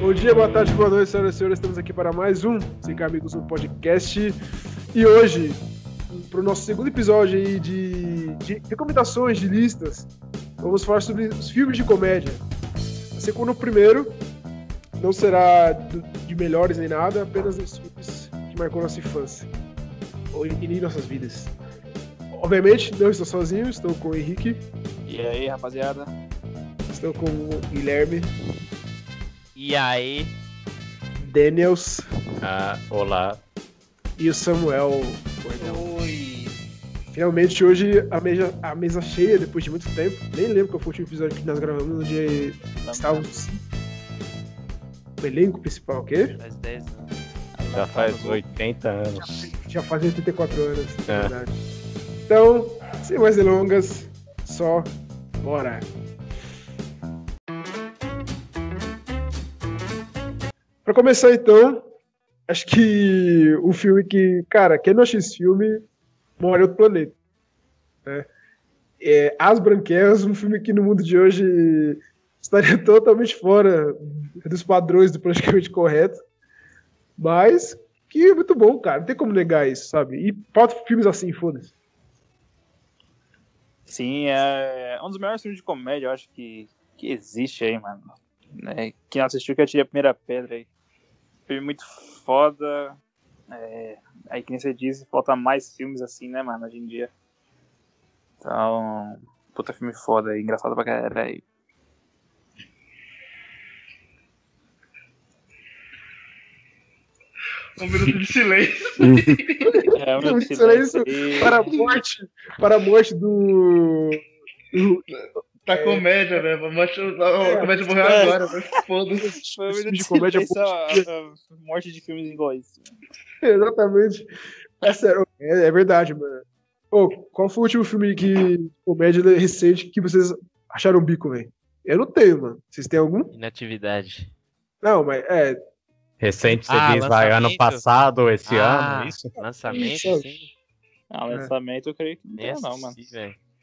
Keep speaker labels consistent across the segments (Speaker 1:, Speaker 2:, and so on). Speaker 1: Bom dia, boa tarde, boa noite, senhoras e senhores. Estamos aqui para mais um Sem Amigos no Podcast. E hoje, para o nosso segundo episódio aí de, de recomendações de listas, vamos falar sobre os filmes de comédia. Assim como no primeiro, não será do- de melhores nem nada, apenas dos filmes que marcou nossa infância ou em nossas vidas. Obviamente, não estou sozinho, estou com o Henrique,
Speaker 2: E aí, rapaziada?
Speaker 1: estou com o Guilherme,
Speaker 3: E aí?
Speaker 1: Daniels
Speaker 4: Ah, olá.
Speaker 1: e o Samuel. Cordel.
Speaker 3: Oi!
Speaker 1: Finalmente hoje a mesa, a mesa cheia depois de muito tempo. Nem lembro qual foi o último episódio que nós gravamos, onde estávamos o elenco principal, o quê?
Speaker 3: Faz 10 anos.
Speaker 2: Tá
Speaker 4: Já faz 80 anos.
Speaker 1: Já faz 84 anos, na
Speaker 4: É.
Speaker 1: verdade. Então, sem mais delongas, só bora! Pra começar então, acho que o filme que, cara, quem não assistiu esse filme mora em outro planeta. né? É, As Branquelas, um filme que no mundo de hoje estaria totalmente fora dos padrões do praticamente correto, mas que é muito bom, cara. Não tem como negar isso, sabe? E pauta filmes assim, foda-se.
Speaker 2: Sim, é um dos melhores filmes de comédia, eu acho que, que existe aí, mano. Né? Quem não assistiu que atire a primeira pedra aí. Filme muito foda. É, Aí, que nem você disse, falta mais filmes assim, né, mano, hoje em dia. Então, puta filme foda aí, engraçado pra caralho aí.
Speaker 1: Um minuto de silêncio
Speaker 2: É, um
Speaker 1: Filme
Speaker 2: minuto
Speaker 1: de
Speaker 2: de silêncio aí.
Speaker 1: para a morte, para a morte do. do-
Speaker 5: Tá comédia, velho. A morte, a a comédia morreu
Speaker 2: É.
Speaker 5: agora, mas foda-se.
Speaker 2: Foi um minuto
Speaker 1: de comédia
Speaker 2: silêncio, a- a Morte de filmes iguais.
Speaker 1: Exatamente. É sério, é, é verdade, mano. Ô, qual foi o último filme que comédia recente que vocês acharam bico, velho? Eu não tenho, mano. Vocês têm algum?
Speaker 3: Inatividade.
Speaker 1: Não, mas é.
Speaker 4: Recente, você
Speaker 3: Ah,
Speaker 4: diz, vai ano
Speaker 3: lançamento?
Speaker 4: passado ou esse
Speaker 3: Ah,
Speaker 4: ano? Isso? é
Speaker 3: Lançamento,
Speaker 1: Isso.
Speaker 3: assim?
Speaker 2: Ah, lançamento eu creio que não tem, não, mano.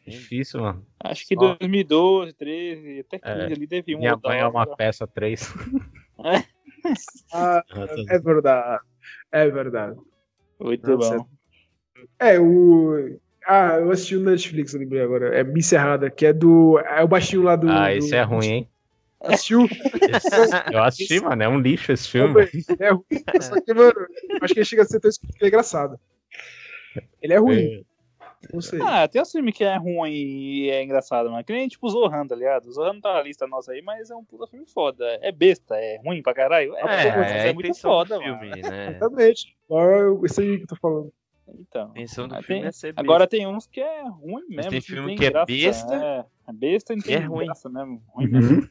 Speaker 4: Difícil, mano.
Speaker 2: Acho que
Speaker 4: Ó.
Speaker 2: 2012, 13, até 15
Speaker 4: É.
Speaker 2: ali teve um.
Speaker 4: Minha
Speaker 2: ou
Speaker 4: mãe é
Speaker 2: outro.
Speaker 4: uma peça 3.
Speaker 1: Ah, é verdade. É verdade.
Speaker 2: Muito
Speaker 1: Não,
Speaker 2: bom.
Speaker 1: É, o. Ah, eu assisti no Netflix, eu lembrei agora. É Miss Errada, que é do. É o baixinho lá do.
Speaker 4: Ah,
Speaker 1: do-
Speaker 4: esse é ruim, hein?
Speaker 1: Assistiu?
Speaker 4: Eu assisti, mano. É um lixo esse filme.
Speaker 1: Também. É ruim, só que, mano, acho que ele chega a ser tão escroto que é engraçado. Ele é ruim,
Speaker 4: É,
Speaker 1: não sei.
Speaker 2: Ah, tem um filme que é ruim e é engraçado, mano. Que nem tipo o Zohan, tá ligado? O Zohan não tá na lista nossa aí, mas é um puta filme foda. É besta, é ruim pra caralho. É, pô, mas
Speaker 3: É, é,
Speaker 2: é muito foda,
Speaker 3: filme,
Speaker 2: mano.
Speaker 3: né?
Speaker 1: Exatamente. Agora eu- isso aí que eu tô falando.
Speaker 2: Então.
Speaker 3: A intenção do
Speaker 2: Mas
Speaker 3: filme
Speaker 2: tem-
Speaker 3: é ser besta.
Speaker 2: Agora tem uns que é ruim mesmo.
Speaker 3: tem
Speaker 2: que
Speaker 3: filme
Speaker 2: tem
Speaker 3: que é
Speaker 2: graça.
Speaker 3: besta,
Speaker 2: É, é besta e não
Speaker 3: e é
Speaker 2: tem
Speaker 3: ruim.
Speaker 2: graça mesmo. Ruim mesmo.
Speaker 4: Uhum.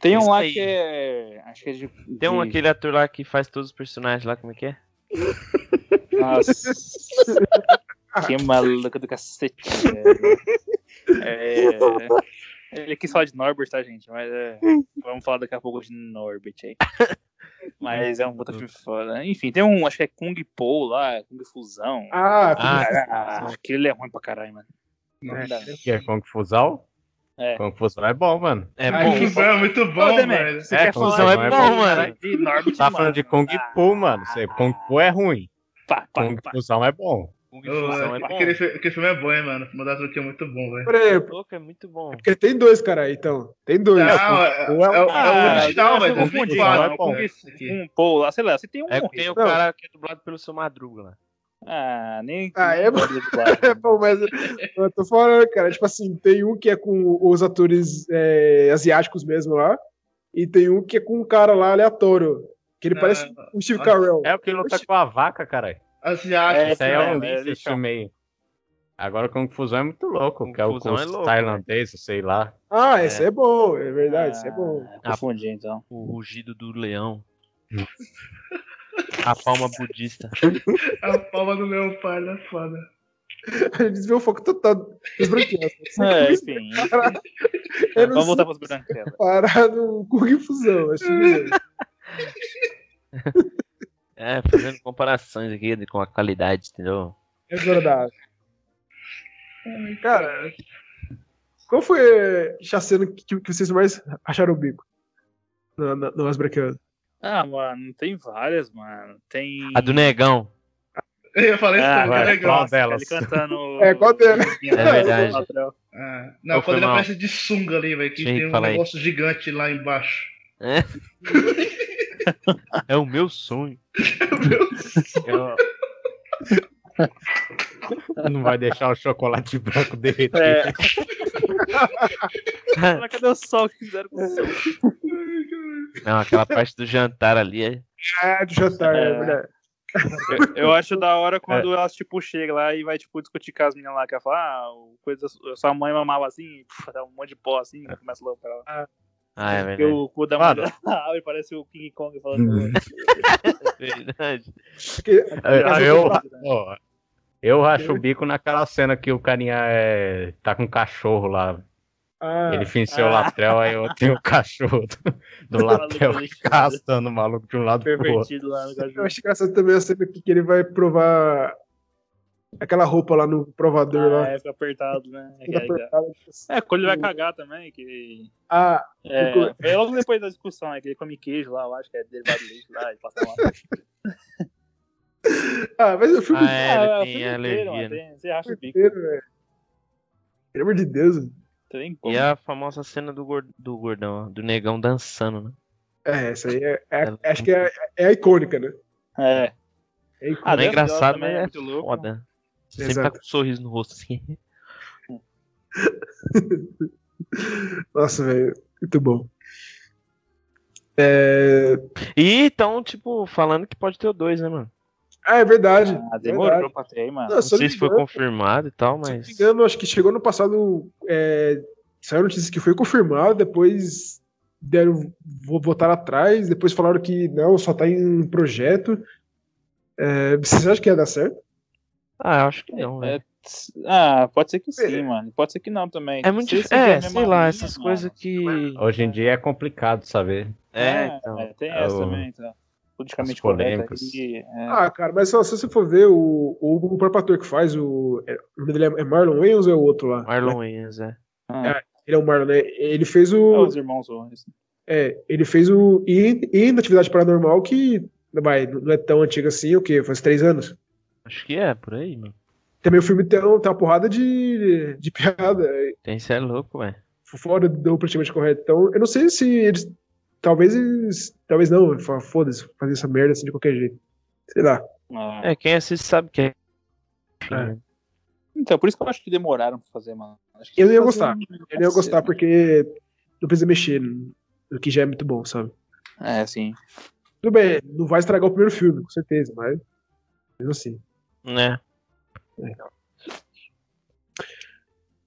Speaker 2: Tem um
Speaker 3: Isso
Speaker 2: lá
Speaker 3: aí.
Speaker 2: que é. Acho que é de.
Speaker 3: Tem um
Speaker 2: de-
Speaker 3: aquele ator lá que faz todos os personagens lá, como é que é?
Speaker 2: Nossa. que maluco do cacete. velho. É... Ele quis falar de Norbert, tá, gente? Mas é, vamos falar daqui a pouco de Norbert aí. Mas é um puta filme foda. Enfim, tem um, acho que é Kung Po lá, Kung Fusão.
Speaker 1: Ah,
Speaker 3: Ah,
Speaker 2: Cara, aquele é ruim pra caralho, mano. Não
Speaker 1: É.
Speaker 2: dá.
Speaker 4: Que é Kung Fusal?
Speaker 2: É.
Speaker 4: Kung Fusal é bom, mano.
Speaker 3: É
Speaker 1: Ah,
Speaker 3: bom.
Speaker 5: Confusão, é muito
Speaker 2: Ô,
Speaker 5: bom,
Speaker 2: Demet,
Speaker 5: velho.
Speaker 2: você
Speaker 4: É,
Speaker 2: quer
Speaker 4: Fusão
Speaker 2: falar
Speaker 4: é
Speaker 2: de-
Speaker 4: bom, mano.
Speaker 2: De Norbert,
Speaker 4: Tá falando de Kung
Speaker 2: mano.
Speaker 4: Fu, mano. Você- Kung Fu é ruim.
Speaker 2: Pá, pá,
Speaker 4: Kung
Speaker 2: pá.
Speaker 4: Fusão é bom.
Speaker 3: Kung
Speaker 5: Ô,
Speaker 3: Fusão é bom.
Speaker 5: aquele, fi- aquele filme é bom, hein, mano. Uma das aqui é muito bom,
Speaker 1: peraí.
Speaker 5: velho.
Speaker 3: Louco, é muito bom.
Speaker 1: Porque tem dois, cara, então. Tem dois.
Speaker 5: Não, é, é,
Speaker 1: Ou é um-
Speaker 5: o- é o
Speaker 2: Ah,
Speaker 5: original,
Speaker 2: eu
Speaker 5: velho.
Speaker 2: confundi,
Speaker 5: 2004,
Speaker 2: mano.
Speaker 4: é bom.
Speaker 5: velho.
Speaker 2: Kung
Speaker 5: Esse aqui.
Speaker 2: Kung Po lá, sei lá, você tem um
Speaker 3: É que
Speaker 2: horrível.
Speaker 3: tem o
Speaker 1: Não.
Speaker 3: cara que é dublado pelo seu Madruga lá.
Speaker 2: Ah, nem.
Speaker 1: Ah, é bom.
Speaker 2: né?
Speaker 1: É bom, mas eu tô falando, cara. Tipo assim, tem um que é com os atores é, asiáticos mesmo lá. E tem um que é com um cara lá aleatório. Que ele
Speaker 5: Não,
Speaker 1: parece o Steve
Speaker 5: olha-
Speaker 1: Carell.
Speaker 4: É o que luta com a vaca, caralho.
Speaker 5: Ah, Asiático.
Speaker 2: É,
Speaker 4: Esse aí é um
Speaker 2: É, é
Speaker 4: lixo esse
Speaker 2: lixão.
Speaker 4: filme aí. Agora o Kung Fusão é muito louco,
Speaker 3: Kung
Speaker 4: que é o
Speaker 3: Fusão
Speaker 4: curso
Speaker 3: é louco,
Speaker 4: tailandês, sei lá.
Speaker 1: Ah, esse é bom, é verdade, esse é bom.
Speaker 2: Ah, Confundi, então.
Speaker 3: O rugido do leão. A palma budista.
Speaker 5: A palma é do meu pai, né? Foda.
Speaker 1: Ele desviou o um foco total dos branquinhos. assim.
Speaker 2: É, enfim.
Speaker 1: Eu não
Speaker 2: Vamos
Speaker 1: sei
Speaker 2: voltar pros branquelas.
Speaker 1: parar no Kung Fusão. Acho que
Speaker 3: É, fazendo comparações aqui de- com a qualidade, entendeu?
Speaker 1: é verdade. Cara, qual foi a cena que, que vocês mais acharam o bico? Na, na, nas branquelas?
Speaker 2: Ah, mano, tem várias, mano. Tem.
Speaker 3: A do negão.
Speaker 5: Eu falei isso
Speaker 2: Ah,
Speaker 5: também, que é
Speaker 4: vai,
Speaker 5: legal.
Speaker 4: qual delas?
Speaker 2: Ele cantando.
Speaker 1: É, qual delas?
Speaker 2: Minha
Speaker 3: É
Speaker 2: voz,
Speaker 3: verdade.
Speaker 2: Latrell.
Speaker 5: Ah, não,
Speaker 3: Qual foi
Speaker 5: quando ele
Speaker 3: mal?
Speaker 5: aparece de sunga ali, velho, que
Speaker 3: Sim,
Speaker 5: tem um
Speaker 3: fala aí.
Speaker 5: negócio gigante lá embaixo.
Speaker 3: É o meu sonho.
Speaker 4: Não vai deixar o chocolate branco derreter.
Speaker 2: É. Mas cadê o sol que fizeram com o sol?
Speaker 3: Não, aquela parte do jantar ali é.
Speaker 1: Ah, do jantar, é.
Speaker 2: É.
Speaker 1: verdade.
Speaker 2: Eu, eu acho da hora quando elas, tipo, chegam lá e vai, tipo, discutir com as meninas lá, que ela fala, ah, o coisa, sua mãe mamava assim, e, puf, dá um monte de pó assim, e começa logo pra ela. Ah,
Speaker 3: Ah, é
Speaker 2: porque
Speaker 3: verdade.
Speaker 2: o cu da
Speaker 4: Mano.
Speaker 2: mulher abre, parece o King Kong falando.
Speaker 3: É verdade.
Speaker 1: Porque-
Speaker 3: É,
Speaker 4: Ah,
Speaker 1: Mas
Speaker 4: eu,
Speaker 1: eu-
Speaker 2: né?
Speaker 4: ó, eu racho o bico naquela cena que o carinha é, tá com um cachorro lá.
Speaker 1: ah,
Speaker 4: Ele finceu o
Speaker 2: Ah.
Speaker 4: latrel, aí eu tenho o cachorro do, do latrel
Speaker 2: Maluco,
Speaker 4: arrastando o maluco de um lado pro outro.
Speaker 2: Pervertido lá no
Speaker 1: Eu
Speaker 2: cachorro.
Speaker 1: acho engraçado também a cena que que ele vai provar aquela roupa lá no provador
Speaker 2: Ah,
Speaker 1: lá. tá
Speaker 2: é, fica apertado, né? É,
Speaker 1: Fica
Speaker 2: que-
Speaker 1: apertado.
Speaker 2: é, quando
Speaker 3: Hum.
Speaker 2: ele vai cagar também, que.
Speaker 1: Ah,
Speaker 2: É, é logo depois da discussão, né? Que ele come queijo lá, eu acho que é derivado de leite lá, e passa lá.
Speaker 1: ah, mas o filme
Speaker 3: Ah, é, ele
Speaker 2: o
Speaker 3: tem
Speaker 2: filme
Speaker 3: alergia,
Speaker 2: mano,
Speaker 3: né?
Speaker 2: tem- Você acha o bico,
Speaker 1: inteiro, velho. Pelo amor de Deus. velho.
Speaker 2: não tem como.
Speaker 3: E é a famosa cena do, gor- do gordão, ó, do negão dançando, né?
Speaker 1: É, essa aí é, é- acho que é, é a icônica, né?
Speaker 2: É.
Speaker 1: É icônica.
Speaker 3: não
Speaker 2: Ah,
Speaker 3: é
Speaker 2: deve
Speaker 3: um engraçado,
Speaker 2: dar também,
Speaker 3: mas
Speaker 2: é
Speaker 3: é,
Speaker 2: muito louco.
Speaker 3: foda. Sempre
Speaker 1: Exato.
Speaker 3: tá com um sorriso no rosto assim.
Speaker 1: Nossa, velho, muito bom. É...
Speaker 3: E então, tipo, falando que pode ter o 2, né, mano?
Speaker 1: Ah, é verdade.
Speaker 2: Ah, demorou
Speaker 1: Verdade.
Speaker 2: pra ter, mano.
Speaker 1: Não,
Speaker 3: Não sei se foi confirmado e tal,
Speaker 1: Se eu não me
Speaker 3: mas.
Speaker 1: engano, acho que chegou no passado. É, saiu notícia que foi confirmado, depois deram vo- votar atrás, depois falaram que não, só tá em projeto. É, vocês acham que ia dar certo?
Speaker 3: Ah, eu acho que não, velho.
Speaker 2: É, tss, Ah, pode ser que sim,
Speaker 1: É.
Speaker 2: mano. Pode ser que não também.
Speaker 3: É muito
Speaker 2: Se
Speaker 3: difícil.
Speaker 2: seguir a
Speaker 3: É,
Speaker 2: mesma
Speaker 3: sei lá,
Speaker 2: linha,
Speaker 3: essas
Speaker 2: mano.
Speaker 3: coisas que.
Speaker 4: Hoje em dia é complicado saber.
Speaker 3: É,
Speaker 2: né? É,
Speaker 3: então.
Speaker 2: é, tem
Speaker 4: é
Speaker 2: essa
Speaker 4: o-
Speaker 2: também, então. Politicamente
Speaker 4: as
Speaker 2: correto
Speaker 4: polêmicas.
Speaker 2: aqui. é.
Speaker 1: Ah, cara, mas só, se você for ver o, o, o próprio ator que faz, o, é, o nome dele é Marlon Wayans ou é o outro lá?
Speaker 3: Marlon Wayans, é.
Speaker 1: Ele é o Marlon, né? Ele fez
Speaker 2: Ah,
Speaker 1: o.
Speaker 2: os irmãos Owens.
Speaker 1: É, ele fez o. E, e na atividade paranormal que. Vai, não é tão antiga assim, o quê? Faz três anos.
Speaker 3: Acho que é, por aí, mano.
Speaker 1: Também o filme tem, um, tem uma porrada de, de piada
Speaker 3: Tem isso é louco, velho.
Speaker 1: fora do politicamente correto. Então, eu não sei se eles. Talvez eles. Talvez não, fala, foda-se, fazer essa merda assim de qualquer jeito. Sei lá.
Speaker 2: Ah.
Speaker 3: É, quem assiste sabe que é.
Speaker 1: É.
Speaker 2: Então, por isso que eu acho que demoraram pra fazer, mano. Acho que
Speaker 1: Eu não ia
Speaker 2: fazer
Speaker 1: gostar.
Speaker 2: um-
Speaker 1: Eu não ia gostar porque não precisa mexer no que já é muito bom, sabe?
Speaker 2: É, sim.
Speaker 1: Tudo bem, não vai estragar o primeiro filme, com certeza, mas. Mesmo assim.
Speaker 3: Né?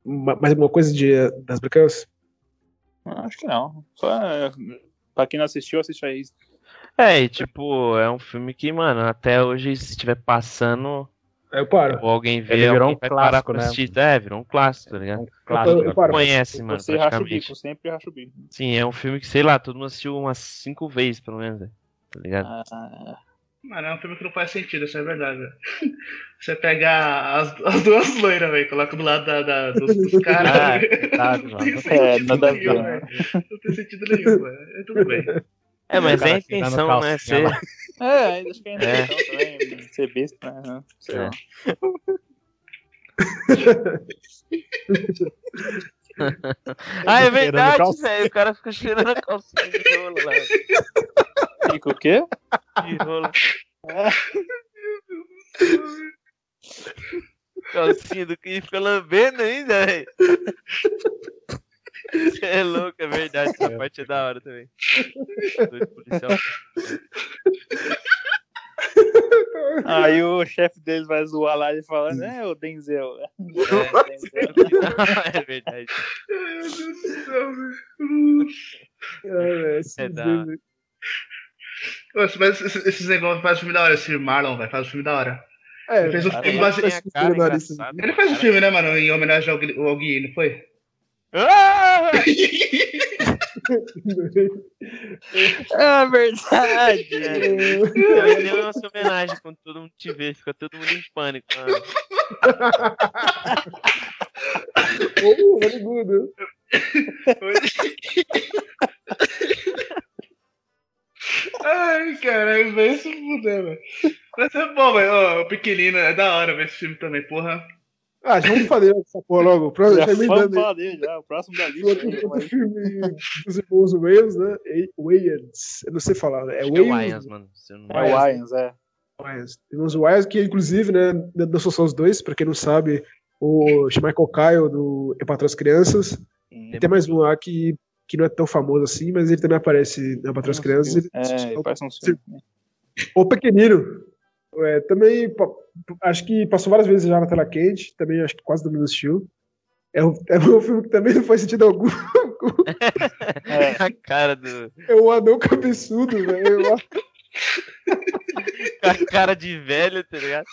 Speaker 1: Ma- Mais alguma coisa de, eh, das Branquelas?
Speaker 2: Ah, Acho que não. Só, é, pra quem não assistiu, assiste aí.
Speaker 3: É, e tipo, é um filme que, mano, até hoje, se estiver passando,
Speaker 1: Aí eu paro.
Speaker 3: ou alguém vê,
Speaker 4: Ele virou
Speaker 3: alguém
Speaker 4: um
Speaker 3: vai parar
Speaker 4: clássico,
Speaker 3: pra
Speaker 4: né?
Speaker 3: assistir. É, virou um clássico, tá ligado?
Speaker 4: Um clássico.
Speaker 1: Eu paro.
Speaker 3: Conhece, mano,
Speaker 2: Você racha o
Speaker 3: praticamente.
Speaker 2: bico, sempre racha o bico.
Speaker 3: Sim, é um filme que, sei lá, todo mundo assistiu umas cinco vezes, pelo menos, velho. Tá ligado?
Speaker 2: Ah,
Speaker 5: Mano, é um filme que não faz sentido, isso é verdade, velho. Você pega as, as duas loiras, velho, coloca do lado da, da- dos, dos caras.
Speaker 4: Ah,
Speaker 5: velho.
Speaker 4: verdade, mano.
Speaker 5: não tem sentido
Speaker 2: tá
Speaker 5: nenhum,
Speaker 2: É, nada a ver, né?
Speaker 5: velho. Não tem sentido nenhum, velho. É tudo bem.
Speaker 3: É, mas
Speaker 4: O cara
Speaker 3: é a
Speaker 4: tirando
Speaker 3: intenção, né?
Speaker 4: calcinha
Speaker 3: Ser...
Speaker 4: lá.
Speaker 2: é, acho que ainda
Speaker 3: É.
Speaker 2: é. também. Ser besta, né? Sei
Speaker 3: É.
Speaker 2: lá.
Speaker 3: Ah, é
Speaker 4: Cheirando
Speaker 3: verdade,
Speaker 4: calcinha.
Speaker 3: velho. O cara fica cheirando a calcinha de rolo lá.
Speaker 2: Fica o quê?
Speaker 3: De rolo. Calcinha do que fica lambendo ainda, velho. Cê É louco, é verdade. Essa parte é da hora também. Dois policial.
Speaker 2: Aí o chefe deles vai zoar lá e fala, né, o Denzel. É, Denzel.
Speaker 3: é verdade.
Speaker 5: Ai, meu Deus do céu,
Speaker 1: É,
Speaker 3: É da-
Speaker 5: velho. Mas esses, esses negócios faz filme da hora, esse Marlon, velho, faz filme da hora.
Speaker 1: é,
Speaker 5: Ele fez um
Speaker 3: Cara,
Speaker 5: filme
Speaker 3: ele
Speaker 5: base...
Speaker 3: tem a cara
Speaker 1: nariz.
Speaker 3: engraçada.
Speaker 5: Ele fez um filme, né, mano, em homenagem ao, Gui- ao Gui, não foi?
Speaker 3: Ah,
Speaker 2: É verdade.
Speaker 3: é. Então, ele deu nossa homenagem quando todo mundo te vê, fica todo mundo em pânico. Mano.
Speaker 1: Ô, narigudo.
Speaker 5: Ai, Caralho, vai se fuder, velho. Mas é bom, velho. Ó, o Pequenino, é da hora ver esse filme também, porra.
Speaker 1: Ah, já vamos fazer essa porra logo. Pra,
Speaker 2: Já
Speaker 1: já
Speaker 2: vamos
Speaker 1: emendando aí.
Speaker 2: falar dele, já. O próximo da
Speaker 1: O
Speaker 2: lista.
Speaker 1: outro
Speaker 2: né?
Speaker 1: outro filme dos irmãos Wales, né? É Wayans. Eu não sei falar, né? É
Speaker 3: Acho que é o
Speaker 1: Wayans.
Speaker 3: Lions, mano. Se eu não...
Speaker 2: É o Lions, é.
Speaker 1: Wayans. Irmãos Wayans, que inclusive, né, não são só os dois, pra quem não sabe, o Michael Kyle do É para as Crianças.
Speaker 2: é.
Speaker 1: E tem mais um lá que, que não é tão famoso assim, mas ele também aparece na Para as Crianças. Ele-
Speaker 2: É, ele faz um filme.
Speaker 1: O Pequenino. É, também pa- pa- acho que passou várias vezes já na tela quente, também acho que quase todo mundo assistiu. É um, é um filme que também não faz sentido algum.
Speaker 2: É,
Speaker 3: A cara do.
Speaker 1: É um anão cabeçudo, velho. É um Eu acho
Speaker 3: A cara de velho, tá ligado?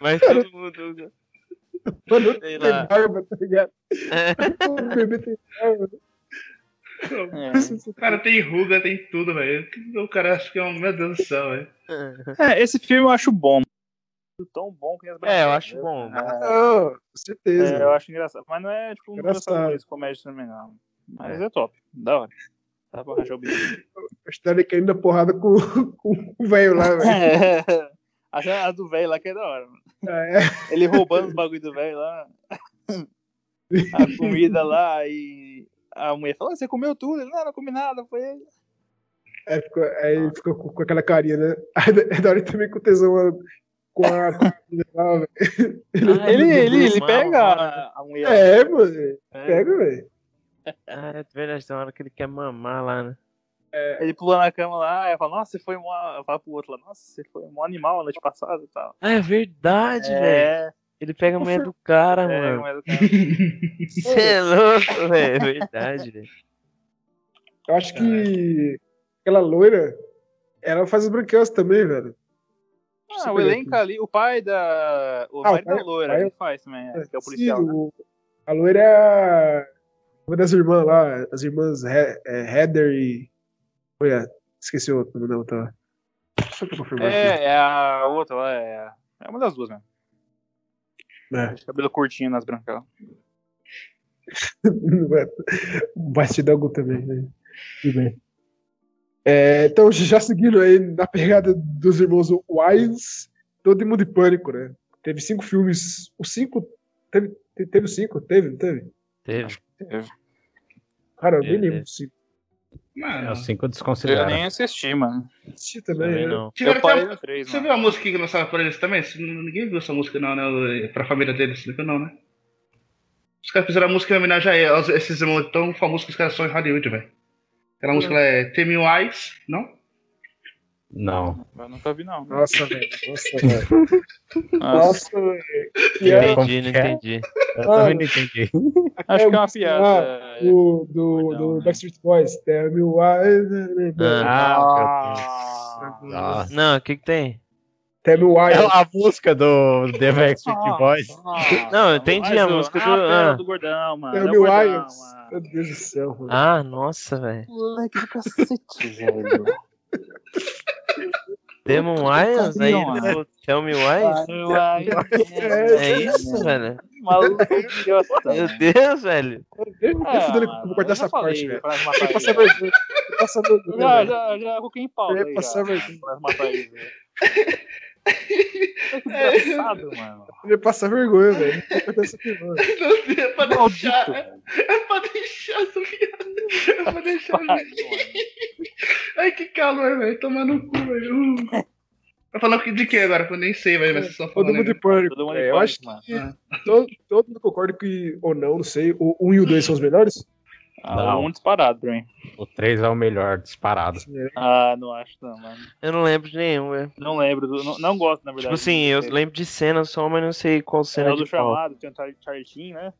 Speaker 3: Mas todo mundo.
Speaker 1: que o anão
Speaker 3: Sei
Speaker 1: tem
Speaker 3: lá.
Speaker 1: barba, tá ligado?
Speaker 3: É.
Speaker 1: O bebê tem barba.
Speaker 2: é.
Speaker 5: O cara tem ruga, tem tudo, velho. O cara acha que é um. Meu Deus do céu, velho.
Speaker 2: É, esse filme eu acho bom. Tão bom que
Speaker 3: É,
Speaker 2: as
Speaker 3: eu
Speaker 2: brasileiras,
Speaker 3: acho
Speaker 2: né?
Speaker 3: bom, mas-
Speaker 2: Ah,
Speaker 1: Não, com certeza.
Speaker 2: É, eu acho engraçado. Mas não é tipo um
Speaker 1: Engraçado.
Speaker 2: engraçado isso, comédia também, não. Mas é. top. Da hora. Dá pra rachar o bico.
Speaker 1: A história é caindo na porrada com, com o velho lá, velho.
Speaker 2: É. Acho a do velho lá que é da hora, mano.
Speaker 1: É,
Speaker 2: Ele roubando os bagulho do velho lá. A comida lá e. A mulher fala, "Ah, você comeu tudo? Ele, não, não comi nada, foi ele.
Speaker 1: é, ficou- aí ele ficou com, com aquela carinha, né? Aí da- É da hora também com o tesão lá, com a. com a menina lá, velho.
Speaker 3: Ah,
Speaker 2: É, Ele, ele, ele
Speaker 3: mal,
Speaker 2: pega
Speaker 3: mal, né?
Speaker 2: a, a mulher.
Speaker 1: É, mano.
Speaker 2: né?
Speaker 1: Pega, velho.
Speaker 3: Ah, é verdade, tem uma hora que ele quer mamar lá, né?
Speaker 2: Ele pula na cama lá, ela fala, nossa, você foi um. Fala pro outro lá, nossa, você foi um animal a noite passada e tal.
Speaker 3: Ah, é verdade, velho.
Speaker 2: É,
Speaker 3: Ele pega a mulher do cara,
Speaker 2: é,
Speaker 3: mano.
Speaker 2: mas o cara-
Speaker 3: Você é louco, velho. É verdade, velho.
Speaker 1: Eu acho
Speaker 2: É.
Speaker 1: que aquela loira, ela faz as branquelas também, velho. Deixa
Speaker 2: Ah,
Speaker 1: eu
Speaker 2: o
Speaker 1: pegar
Speaker 2: elenco ali, o pai da. O
Speaker 1: Ah, o
Speaker 2: marido
Speaker 1: pai-
Speaker 2: da loira,
Speaker 1: pai-
Speaker 2: ele faz também, é, que é o
Speaker 1: Sim,
Speaker 2: policial. né?
Speaker 1: o- A loira é a- uma das irmãs lá, as irmãs He- é, Heather e. Olha, esqueci o outro nome da outra lá. Só pra confirmar. aqui.
Speaker 2: É, é a outra lá, é. a- É uma das duas mesmo.
Speaker 1: É.
Speaker 2: De cabelo curtinho nas brancas.
Speaker 1: Não vai- um bastidão algum também, né? Tudo bem. É, então, já seguindo aí na pegada dos irmãos Wise, todo mundo em pânico, né? Teve cinco filmes. Os cinco. Teve, te- teve os cinco? Teve, não teve?
Speaker 3: Teve.
Speaker 1: Cara, eu nem
Speaker 3: Teve,
Speaker 1: lembro
Speaker 3: teve.
Speaker 1: dos cinco.
Speaker 5: Mano.
Speaker 4: É os cinco
Speaker 2: Eu
Speaker 4: desconsiderados.
Speaker 2: nem assisti, mano.
Speaker 1: Assisti
Speaker 3: Também
Speaker 1: também, né?
Speaker 3: não.
Speaker 5: Tiveram
Speaker 2: eu parei
Speaker 5: até...
Speaker 2: no 3,
Speaker 5: Você
Speaker 2: mano.
Speaker 5: viu a música que lançaram pra eles também? Você- Ninguém viu essa música, não, né? Pra família deles, não viu, não, né? Os caras fizeram a música em homenagem a eles, esses irmãos tão famosos que os caras são em Hollywood, velho. Aquela música lá é Tame Eyes, não?
Speaker 4: Não.
Speaker 2: Eu nunca vi, não.
Speaker 1: Nossa, velho. Nossa, velho.
Speaker 2: Nossa,
Speaker 1: Nossa, velho. Que é,
Speaker 3: Entendi, não entendi.
Speaker 1: Ah.
Speaker 4: Eu também não entendi.
Speaker 2: acho que é
Speaker 1: é
Speaker 2: uma
Speaker 1: o-
Speaker 2: piada. é.
Speaker 1: o do,
Speaker 2: Não,
Speaker 1: do
Speaker 2: né?
Speaker 1: Backstreet Boys. Tell me why. né,
Speaker 3: Ah.
Speaker 2: Ah,
Speaker 4: Nossa.
Speaker 3: Não, o que que tem?
Speaker 1: Tell me why.
Speaker 4: É a música do The
Speaker 1: Ah.
Speaker 4: Backstreet
Speaker 2: Ah.
Speaker 4: Boys.
Speaker 2: nossa,
Speaker 3: Não, eu entendi
Speaker 2: mas
Speaker 3: a
Speaker 2: o-
Speaker 3: música
Speaker 2: ah,
Speaker 3: do-
Speaker 2: pera,
Speaker 3: ah.
Speaker 2: do gordão, mano.
Speaker 1: Tell
Speaker 2: é o
Speaker 1: me why.
Speaker 2: gordão, mano.
Speaker 1: Meu Deus do céu, mano.
Speaker 3: Ah, nossa, velho.
Speaker 2: Moleque do cacete, velho.
Speaker 3: Demon Lions? Aí
Speaker 2: pariu,
Speaker 3: ele falou, Tell me why? É isso, velho?
Speaker 2: Maluco idiota.
Speaker 3: Meu Deus, velho.
Speaker 2: Ah,
Speaker 1: Eu não
Speaker 2: É,
Speaker 1: tô fudendo que eu vou cortar essa parte, velho. Ele passa vergonha. Ele passa vergonha.
Speaker 2: Já,
Speaker 1: velho.
Speaker 2: já, já coloquei em pauta.
Speaker 1: Eu ia
Speaker 2: aí,
Speaker 1: passar
Speaker 2: já,
Speaker 1: vergonha.
Speaker 2: pra matar ele, velho. Que engraçado, mano.
Speaker 1: Ele passa vergonha, velho. Não tô cortando isso aqui, mano.
Speaker 5: Não sei, é pra
Speaker 2: Maldito,
Speaker 5: deixar.
Speaker 2: velho.
Speaker 5: É pra deixar essa piada. É pra deixar.
Speaker 2: Ai,
Speaker 5: essa- Ai, que calor, velho. Tomar no cu, velho. Vai falar de que agora? Eu nem sei, velho. Mas vocês estão
Speaker 1: Todo
Speaker 5: falando. né?
Speaker 1: mundo
Speaker 5: aí,
Speaker 1: em pânico.
Speaker 2: Todo mundo
Speaker 1: velho.
Speaker 2: em
Speaker 1: É, Eu acho
Speaker 2: pânico, mano.
Speaker 1: que todo, todo mundo concorda que, ou não, não sei, o 1 e o 2 são os melhores?
Speaker 2: Ah,
Speaker 4: Não.
Speaker 2: um disparado pra mim.
Speaker 4: O 3 é o melhor, disparado.
Speaker 2: Ah, não acho não, mano.
Speaker 3: Eu não lembro de nenhum, velho.
Speaker 2: Não lembro. do- Não, não gosto, na
Speaker 3: Tipo
Speaker 2: verdade.
Speaker 3: assim, eu lembro de cena só, mas não sei qual
Speaker 2: É
Speaker 3: cena
Speaker 2: o do
Speaker 3: de qual.
Speaker 2: chamado, tem o Char- Charlie Sheen, né?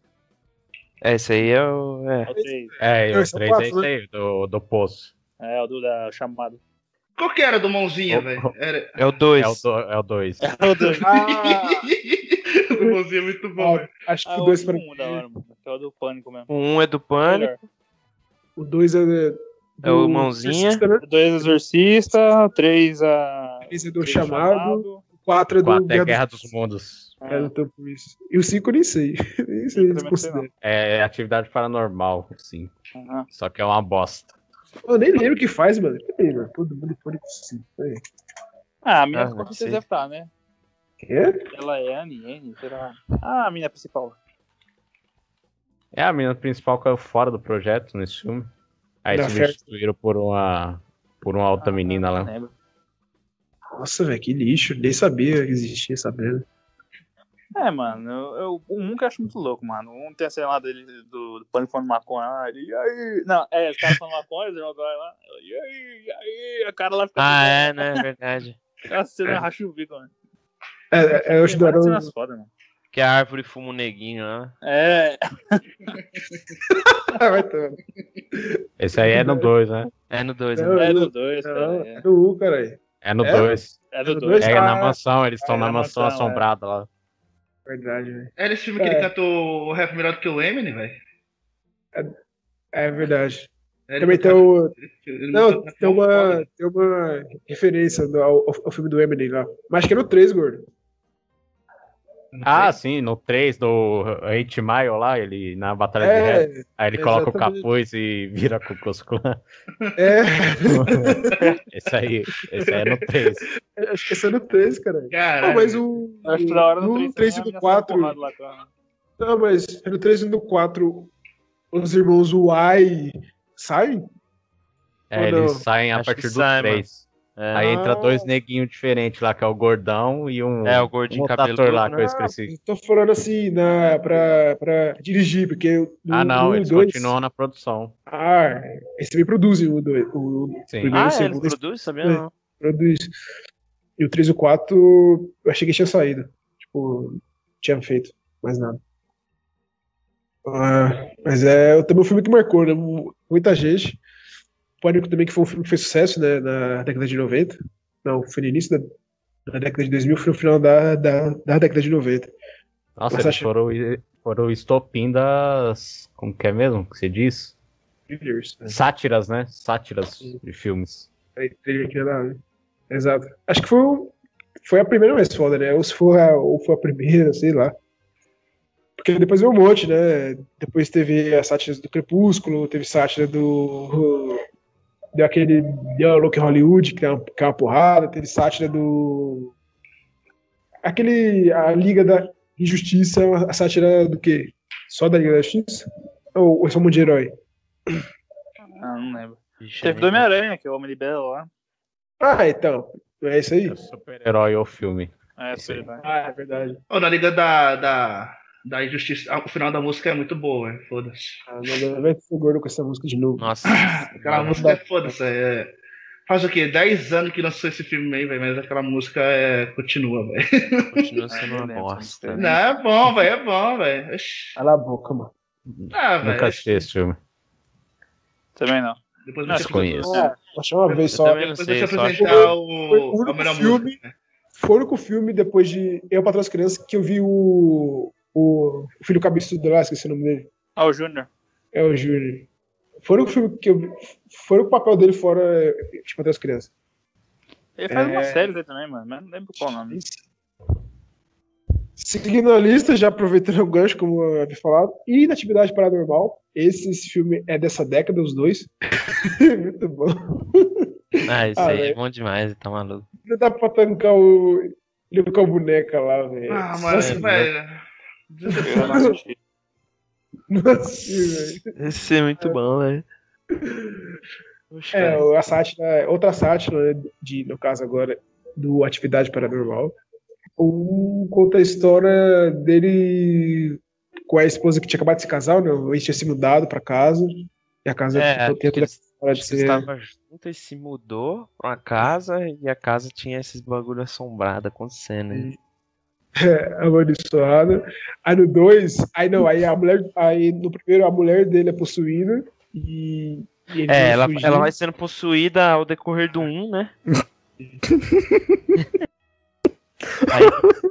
Speaker 3: É, isso aí é o... É.
Speaker 2: É o três.
Speaker 4: É, e
Speaker 1: Não,
Speaker 4: o
Speaker 1: esse é o
Speaker 4: 3 é
Speaker 1: quatro,
Speaker 4: isso aí, do, do poço.
Speaker 2: É, o do da chamado.
Speaker 5: Qual que era do mãozinha,
Speaker 4: Oh,
Speaker 5: velho? Era.
Speaker 4: É
Speaker 3: É o
Speaker 4: o
Speaker 3: 2.
Speaker 4: do- é o 2.
Speaker 2: É o do...
Speaker 1: Ah,
Speaker 5: do mãozinha é muito bom, velho.
Speaker 1: acho que
Speaker 2: Ah,
Speaker 1: o
Speaker 2: o
Speaker 1: 2 para
Speaker 2: um da hora, mano. Que é o do pânico mesmo.
Speaker 3: O 1 um é do Pânico.
Speaker 2: Melhor.
Speaker 1: O 2 é.
Speaker 3: É o Mãozinha.
Speaker 1: O
Speaker 2: Dois exorcista, três ah, a.
Speaker 1: 3 é do chamado. O 4 é do
Speaker 4: 4 é
Speaker 1: Guerra
Speaker 4: Guerra
Speaker 1: dos-
Speaker 4: dos Mundos.
Speaker 1: É, não tô por isso. E o 5 eu nem sei. Nem sei
Speaker 2: Eu
Speaker 1: se
Speaker 2: também não sei,
Speaker 1: considero.
Speaker 4: É atividade paranormal, é sim.
Speaker 2: Aham.
Speaker 4: Só que é uma bosta.
Speaker 1: Eu nem lembro o que faz, mano. Que pena. Todo mundo pode conseguir.
Speaker 2: Ah, a mina
Speaker 3: Ah,
Speaker 2: com
Speaker 3: não
Speaker 2: certeza
Speaker 3: sei.
Speaker 2: deve estar, né?
Speaker 1: Quê?
Speaker 2: Ela é a Niene, será? Ah, a mina principal.
Speaker 4: É, a menina principal caiu fora do projeto nesse filme. Aí
Speaker 1: Da
Speaker 4: substituíram por uma por uma outra menina
Speaker 2: Não
Speaker 4: lá.
Speaker 2: lembro.
Speaker 1: Nossa, velho, que lixo. Nem sabia que existia essa merda.
Speaker 2: É, mano, eu, eu, o um que eu acho muito louco, mano. Um tem a cena lá dele do, do pânico falando maconha lá, ele, e aí? Não, é, os caras falando maconha, eles jogam lá, e aí, e aí, a cara lá fica.
Speaker 3: Ah, é, né? É verdade.
Speaker 2: Aquela cena racha o bico, mano.
Speaker 1: É, é, eu acho
Speaker 2: Tem
Speaker 1: que
Speaker 2: várias
Speaker 1: era um-
Speaker 2: cenas foda, mano.
Speaker 3: Que a árvore fuma um neguinho lá.
Speaker 2: É,
Speaker 1: Ah, vai tomar.
Speaker 4: Esse aí é no 2, né?
Speaker 3: É no 2, né?
Speaker 1: Não,
Speaker 2: é
Speaker 1: não,
Speaker 2: do 2,
Speaker 1: não,
Speaker 2: cara.
Speaker 1: é
Speaker 2: é.
Speaker 1: do U, caralho.
Speaker 4: É no
Speaker 1: É?
Speaker 4: 2.
Speaker 2: É do
Speaker 1: do
Speaker 2: 2.
Speaker 1: dois?
Speaker 4: É, na
Speaker 1: Ah,
Speaker 4: mansão, eles estão
Speaker 2: é
Speaker 4: na
Speaker 2: na
Speaker 4: mansão
Speaker 2: mansão, é.
Speaker 4: assombrada lá.
Speaker 1: Verdade, velho.
Speaker 5: É nesse filme que ele cantou o rap melhor do que o Eminem, velho.
Speaker 1: É verdade.
Speaker 5: Ele
Speaker 2: tá-
Speaker 1: Também tem
Speaker 5: cantou-
Speaker 1: o.
Speaker 5: ele
Speaker 1: Não,
Speaker 5: cantou-
Speaker 1: tem uma, tem uma referência do- ao, ao filme do Eminem lá. Mas acho que era o 3, gordo.
Speaker 4: Ah, sim, no 3 do Hate Mile lá, ele na batalha de rap.
Speaker 1: É,
Speaker 4: Aí ele coloca
Speaker 1: exatamente.
Speaker 4: o capuz e vira com o Cusco lá.
Speaker 1: é.
Speaker 4: Esse aí, esse aí é no 3.
Speaker 1: Acho que é esse era o 3, caralho. Não,
Speaker 5: Caralho.
Speaker 1: mas o.
Speaker 2: Eu acho que na hora do é
Speaker 1: No
Speaker 2: 3
Speaker 1: 3 e do 4.
Speaker 2: Lá, cara.
Speaker 1: Não, mas é no 3 e no 4, os irmãos Uai saem?
Speaker 4: É,
Speaker 1: Ou não?
Speaker 4: eles saem a
Speaker 3: Acho que
Speaker 4: partir do
Speaker 3: sai,
Speaker 4: 3.
Speaker 3: É.
Speaker 4: Aí entra
Speaker 1: Ah.
Speaker 4: dois neguinhos diferentes lá, que é o gordão e um.
Speaker 3: É, o gordinho
Speaker 4: um
Speaker 3: cabeludo.
Speaker 4: ator lá
Speaker 3: né?
Speaker 4: que eu esqueci.
Speaker 1: Eu tô falando assim, na, pra, pra dirigir, porque o
Speaker 4: Ah, não,
Speaker 1: o
Speaker 4: eles
Speaker 1: dois-
Speaker 4: continuam na produção.
Speaker 1: Ah, eles também produzem o 2. O,
Speaker 4: Sim.
Speaker 1: primeiro e
Speaker 3: Ah,
Speaker 1: o
Speaker 3: é, eles
Speaker 1: segundo, eles
Speaker 3: produzem, sabia não?
Speaker 1: produz. E o 3 e o 4, eu achei que tinha saído. Tipo, não tinha feito mais nada. Ah, mas é também um filme que marcou, né? Mu- Muita gente. Pânico também, que foi um filme que fez sucesso, né? Na década de 90. Não, foi no início da, da década de 2000, foi no final da, da, da década de 90.
Speaker 4: Nossa,
Speaker 1: Mas
Speaker 4: eles
Speaker 1: acho-
Speaker 4: foram, foram o estopim das. Como que é mesmo que se diz?
Speaker 1: Years, né?
Speaker 4: Sátiras, né? Sátiras de filmes.
Speaker 1: Peraí, trilha aqui na nave. né? Exato. Acho que foi, o- foi a primeira mais foda, né? Ou se for a, ou foi a primeira, sei lá. Porque depois veio um monte, né? Depois teve a sátira do Crepúsculo, teve sátira do. Deu aquele. Deu a Look Hollywood, que é uma, que é uma porrada, teve sátira do. Aquele. A Liga da Injustiça, a sátira do quê? Só da Liga da Justiça? Ou, ou é só um monte de herói?
Speaker 2: Ah, não lembro.
Speaker 3: Ixi,
Speaker 2: Teve
Speaker 3: nem-
Speaker 2: do Homem-Aranha, que é o Homem de Belo lá.
Speaker 1: Ah, então. É isso aí?
Speaker 4: É Super-herói ou filme.
Speaker 2: É,
Speaker 4: Isso aí.
Speaker 2: sei lá.
Speaker 1: Ah, é verdade.
Speaker 5: Ô, na liga da, da, da injustiça. ah, O final da música é muito boa, velho. Foda-se.
Speaker 1: Ah, meu Deus, vai ser gordo com essa música de novo.
Speaker 3: Nossa.
Speaker 5: Aquela música é foda-se. é- Faz o quê? 10 anos que lançou esse filme aí, velho. Mas aquela música é... continua, velho.
Speaker 3: Continua
Speaker 2: Ah,
Speaker 3: sendo
Speaker 2: eu
Speaker 3: uma
Speaker 2: lembro,
Speaker 3: bosta.
Speaker 2: não
Speaker 5: Não, é bom, velho. É bom, velho. Oxi.
Speaker 1: Cala a boca, mano.
Speaker 5: Ah, velho.
Speaker 4: Nunca assisti esse filme.
Speaker 2: Também não.
Speaker 5: Depois
Speaker 2: Não,
Speaker 5: você
Speaker 4: desconheço.
Speaker 2: É.
Speaker 1: Achei uma vez
Speaker 3: Eu
Speaker 1: só.
Speaker 3: também não
Speaker 5: Depois
Speaker 3: sei,
Speaker 5: deixa eu
Speaker 3: só acho.
Speaker 5: apresentar
Speaker 1: Foi
Speaker 5: o,
Speaker 1: o
Speaker 5: a
Speaker 1: único
Speaker 5: melhor
Speaker 1: filme-
Speaker 5: música. né?
Speaker 1: Foi o único filme depois de Eu Patrão as Crianças que eu vi o. O, o filho cabeçudo lá, esqueci o nome dele.
Speaker 2: Ah, o Júnior.
Speaker 1: É o Júnior. Foi o único filme que eu vi. Foi o papel dele fora é, de Patrão as Crianças.
Speaker 2: Ele faz
Speaker 1: É.
Speaker 2: uma série aí também, mano, mas não lembro qual o nome.
Speaker 1: Seguindo a lista, já aproveitando o gancho, como eu havia falado, e na Atividade Paranormal. Esse, esse filme é dessa década, os dois. Muito bom.
Speaker 3: Ah, isso
Speaker 1: Ah,
Speaker 3: aí é
Speaker 1: velho.
Speaker 3: bom demais, tá maluco.
Speaker 1: Não dá pra tancar o. Ele com a boneca lá, velho.
Speaker 5: Ah,
Speaker 1: Só
Speaker 5: mas,
Speaker 1: se-
Speaker 5: velho.
Speaker 2: Eu não assisti.
Speaker 1: Nossa, velho.
Speaker 3: Esse é muito bom, velho. Poxa,
Speaker 1: É,
Speaker 3: cara.
Speaker 1: o- a sátira, outra sátira, né, de, no caso agora, do Atividade Paranormal. Um conta a história dele com a esposa que tinha acabado de se casar, né? Ele tinha se mudado pra casa. E a casa
Speaker 3: É,
Speaker 1: ficou- tinha
Speaker 3: acho que
Speaker 1: toda
Speaker 3: eles-
Speaker 1: essa história de
Speaker 3: Acho que eles
Speaker 1: ser.
Speaker 3: estavam juntos e se mudou pra uma casa e a casa tinha esses bagulho assombrado acontecendo. né?
Speaker 1: amaldiçoada. Aí no 2, aí não, aí a mulher. Aí no primeiro a mulher dele é possuída. E. e ele
Speaker 3: É, ela,
Speaker 1: fugindo.
Speaker 3: ela vai sendo possuída ao decorrer do 1, né?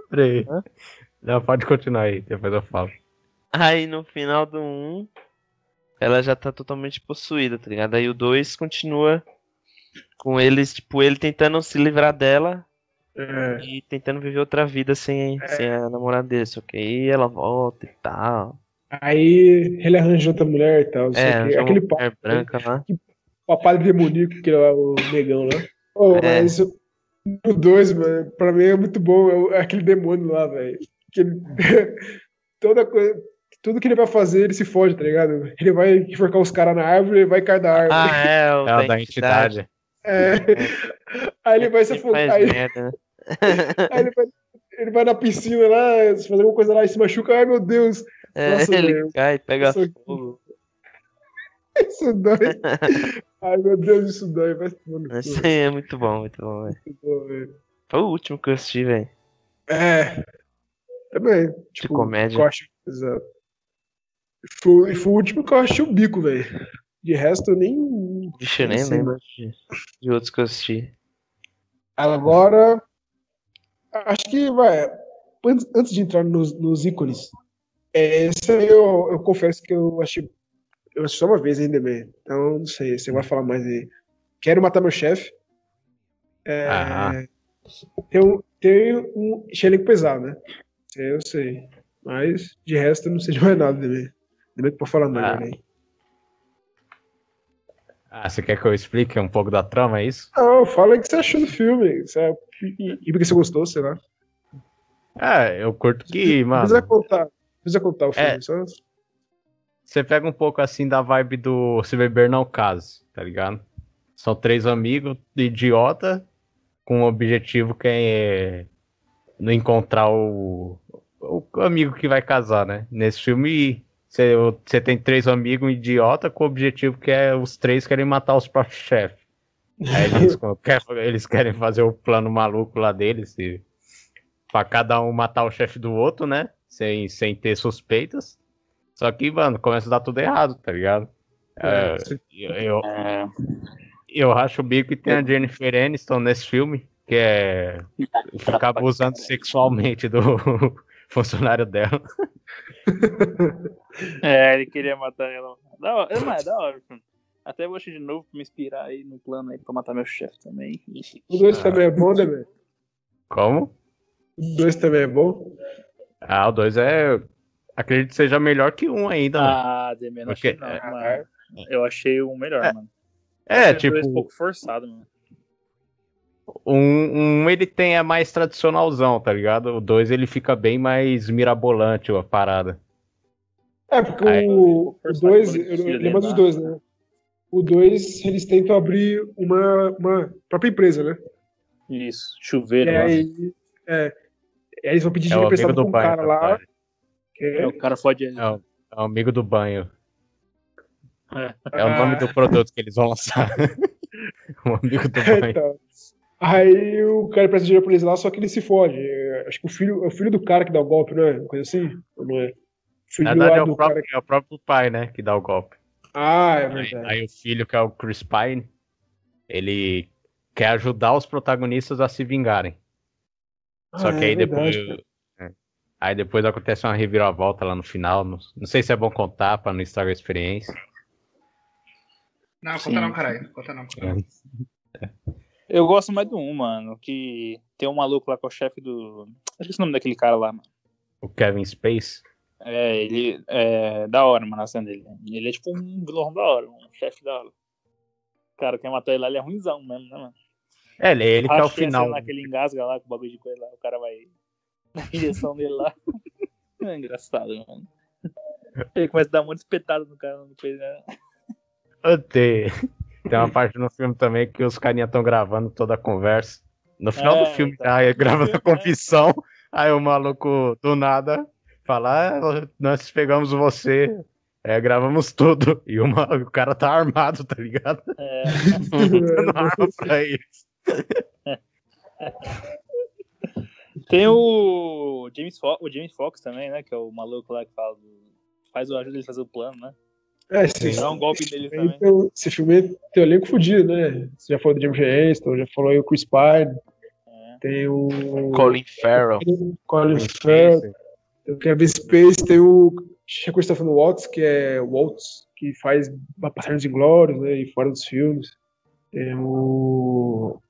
Speaker 4: Peraí. Não, pode continuar aí, depois eu falo.
Speaker 3: Aí no final do 1, ela já tá totalmente possuída, tá ligado? Aí o 2 continua com eles, tipo, ele tentando se livrar dela
Speaker 1: É,
Speaker 3: e tentando viver outra vida sem, sem a namorada dele. Só que aí ela volta e tal.
Speaker 1: aí ele arranjou outra mulher e tal. só
Speaker 3: É,
Speaker 1: que,
Speaker 3: já uma
Speaker 1: aquele né? papo.
Speaker 3: mulher branca lá.
Speaker 1: Papai demoníaco, que é o negão lá. Oh,
Speaker 3: É.
Speaker 1: mas o- no 2, mano, pra mim é muito bom. é o- É aquele demônio lá, velho. Que ele- Toda coisa. Tudo que ele vai fazer, ele se foge, tá ligado? Ele vai enforcar os caras na árvore, ele vai cair da árvore.
Speaker 3: Ah, é, o
Speaker 4: É o da entidade.
Speaker 1: É. Aí ele vai se
Speaker 3: Ele
Speaker 1: afogar.
Speaker 3: faz
Speaker 1: Aí,
Speaker 3: merda, né?
Speaker 1: aí ele, vai, ele vai na piscina lá, fazer alguma coisa lá e se machuca. Ai, meu Deus.
Speaker 3: É,
Speaker 1: Nossa,
Speaker 3: ele
Speaker 1: velho.
Speaker 3: cai, pega
Speaker 1: Isso-
Speaker 3: fogo.
Speaker 1: Isso dói. Ai, meu Deus, isso dói. Vai se tomar no cu,
Speaker 3: Isso aí é muito bom, muito bom, velho.
Speaker 1: velho.
Speaker 3: Foi o último que eu assisti, velho.
Speaker 1: É. Também.
Speaker 3: De
Speaker 1: Tipo,
Speaker 3: comédia.
Speaker 1: Corte, exato. Foi, foi o último que eu achei o bico, velho. De resto, eu nem.
Speaker 3: Vixe, eu nem
Speaker 1: Assim,
Speaker 3: lembro de, de outros que eu assisti.
Speaker 1: Agora. Acho que, vai. Antes, antes de entrar nos, nos ícones, é, esse aí eu, eu confesso que eu achei. Eu assisti só uma vez ainda bem. Então, não sei, você vai falar mais aí. Quero matar meu chefe. É,
Speaker 4: Aham.
Speaker 1: tem, um, tem um xelenco pesado, né? Isso aí Eu sei. Mas, de resto, eu não sei de mais nada dele. Ainda bem que pode falar mais,
Speaker 4: Ah.
Speaker 1: né?
Speaker 4: Ah, você quer que eu explique um pouco da trama, é isso?
Speaker 1: Não, fala o que você achou do filme. sabe? E, e porque você gostou, sei lá.
Speaker 4: É, eu curto que,
Speaker 1: Não
Speaker 4: mano.
Speaker 1: precisa contar. Não precisa contar o filme.
Speaker 4: É.
Speaker 1: Só...
Speaker 4: Você pega um pouco assim da vibe do Se Beber Não Case, tá ligado? São três amigos idiota com o objetivo que é não encontrar o, o amigo que vai casar, né? Nesse filme você você tem três amigos um idiota com o objetivo que é os três querem matar os próprios chefes. Aí eles, co- quer- eles querem fazer o plano maluco lá deles e, pra cada um matar o chefe do outro, né? Sem, sem ter suspeitas. Só que, mano, começa a dar tudo errado, tá ligado? É, eu, eu,
Speaker 2: É,
Speaker 4: eu racho o bico e tem a Jennifer Aniston nesse filme, que é. Ficar abusando sexualmente do funcionário dela.
Speaker 2: é, ele queria matar ela. Da hora, é, mas é da hora. pô. Até vou assistir de novo pra me inspirar aí no plano aí pra matar meu chefe também. Ixi.
Speaker 1: O 2 também é bom, né, velho?
Speaker 4: Como?
Speaker 1: O 2 também é bom.
Speaker 4: Ah, o 2 é. Acredito que seja melhor que um ainda. mano.
Speaker 2: Ah, Demi, eu não achei
Speaker 4: Ok.
Speaker 2: não, mano. Eu achei o melhor, mano.
Speaker 4: é,
Speaker 2: Achei o dois
Speaker 4: tipo,
Speaker 2: Um pouco forçado, mano.
Speaker 4: um, um ele tem é mais tradicionalzão, tá ligado? O 2 ele fica bem mais mirabolante a parada.
Speaker 1: É, porque
Speaker 4: Aí-
Speaker 1: o 2,
Speaker 2: Forçado,
Speaker 1: eu
Speaker 2: quando ele
Speaker 4: é
Speaker 1: lembro dos
Speaker 2: lembrar.
Speaker 1: dois, né? O 2, eles tentam abrir uma, uma própria empresa, né?
Speaker 2: Isso,
Speaker 1: E
Speaker 2: chuveiro. lá.
Speaker 1: aí, é, e aí eles vão pedir
Speaker 4: É
Speaker 1: dinheiro
Speaker 4: o amigo
Speaker 1: emprestado pra
Speaker 4: do
Speaker 1: um
Speaker 4: banho.
Speaker 1: cara lá.
Speaker 4: rapaz.
Speaker 1: que
Speaker 2: É,
Speaker 1: é-
Speaker 2: o cara fode ele.
Speaker 4: É o, é o amigo do banho.
Speaker 2: É.
Speaker 4: É o nome
Speaker 1: Ah.
Speaker 4: do produto que eles vão lançar. o amigo do banho.
Speaker 1: Então, aí o cara presta dinheiro pra eles lá, só que ele se foge. É, Acho que o filho, é o filho do cara que dá o golpe, não é? Uma coisa assim? Ou não é? O filho
Speaker 4: Na verdade,
Speaker 1: lá
Speaker 4: é
Speaker 1: do
Speaker 4: o,
Speaker 1: cara.
Speaker 4: próprio, é o próprio pai, né, que dá o golpe.
Speaker 1: Ah, é
Speaker 4: Aí,
Speaker 1: verdade.
Speaker 4: aí o filho, que é o Chris Pine, ele quer ajudar os protagonistas a se vingarem. Só
Speaker 1: Ah,
Speaker 4: que
Speaker 1: é
Speaker 4: aí depois.
Speaker 1: verdade,
Speaker 4: é. Aí depois acontece uma reviravolta lá no final. Não, não sei se é bom contar pra não estragar a experiência.
Speaker 5: Não,
Speaker 2: Sim.
Speaker 5: conta não, caralho. Conta não, caralho.
Speaker 2: Eu gosto mais do um, mano. Que tem um maluco lá com o chefe do. Acho que é o nome daquele cara lá, mano.
Speaker 4: O Kevin Space.
Speaker 2: É, ele. É da hora, mano, a cena dele. Ele é tipo um vilão da hora, um chefe da hora. Cara, quem matou ele lá, ele é ruimzão mesmo, né, mano?
Speaker 4: É, ele, ele que é o final.
Speaker 2: Aquele engasga lá com o bagulho de coisa lá, o cara vai. Na injeção dele lá. É engraçado, mano. Ele começa a dar um monte de espetada no cara depois, né?
Speaker 4: Eu te- Tem uma parte no filme também que os carinha estão gravando toda a conversa. No final
Speaker 2: É,
Speaker 4: do filme,
Speaker 2: tá.
Speaker 4: tá, aí gravando a
Speaker 2: filme, né?
Speaker 4: confissão. Aí o maluco, do nada, fala: "Ah, Nós pegamos você, é, gravamos tudo. E o ma- o cara tá armado, tá ligado?
Speaker 2: É,
Speaker 4: Dando arma pra ele.
Speaker 2: Tem o James, Fo o James Fox também, né? Que é o maluco lá que fala do- faz o ajuda ele a fazer o plano, né?
Speaker 1: É, esse,
Speaker 2: Dá um golpe nele também.
Speaker 1: Então, esse filme tem o elenco fodido, né? Você já falou do James Aniston, já falou aí o Chris Pine,
Speaker 2: É.
Speaker 1: tem o
Speaker 3: Colin Farrell.
Speaker 1: Colin Farrell, tem o Kevin Space, tem o Christopher Waltz, que é Waltz, que faz Passarinhos Inglórios, né? E fora dos filmes. Tem o...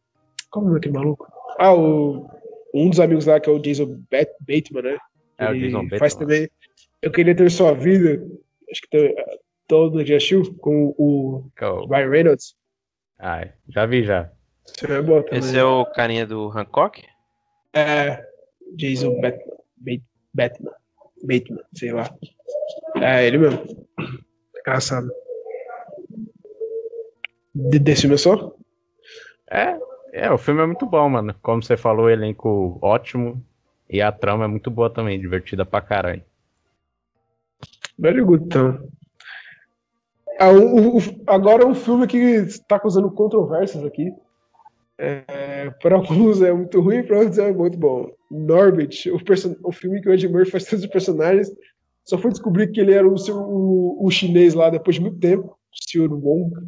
Speaker 1: Como é aquele maluco? Ah, o... Um dos amigos lá, que é o Jason Bat- Bateman, né?
Speaker 4: É, o
Speaker 1: Ele
Speaker 4: Jason Bateman.
Speaker 1: Faz também... Eu queria ter sua vida, acho que tem- todo mundo já assistiu, com o
Speaker 4: Que é o-
Speaker 1: Ryan Reynolds.
Speaker 4: Ai, já vi já.
Speaker 1: Isso é bom também.
Speaker 3: Esse é o carinha do Hancock?
Speaker 1: É, Jason Bat Bat Batman. Batman, sei lá. É ele mesmo. Engraçado. De- Desse filme é só?
Speaker 4: É, é, o filme é muito bom, mano. Como você falou, o elenco ótimo. E a trama é muito boa também, divertida pra caralho.
Speaker 1: Very good, então. Ah, o- o- o- agora é um filme que está causando controvérsias aqui. É, para alguns é muito ruim, para outros é muito bom. Norbit, o, perso- o filme que o Ed Murphy faz todos os personagens, só foi descobrir que ele era o, seu- o- o chinês lá depois de muito tempo, o Sr. Wong.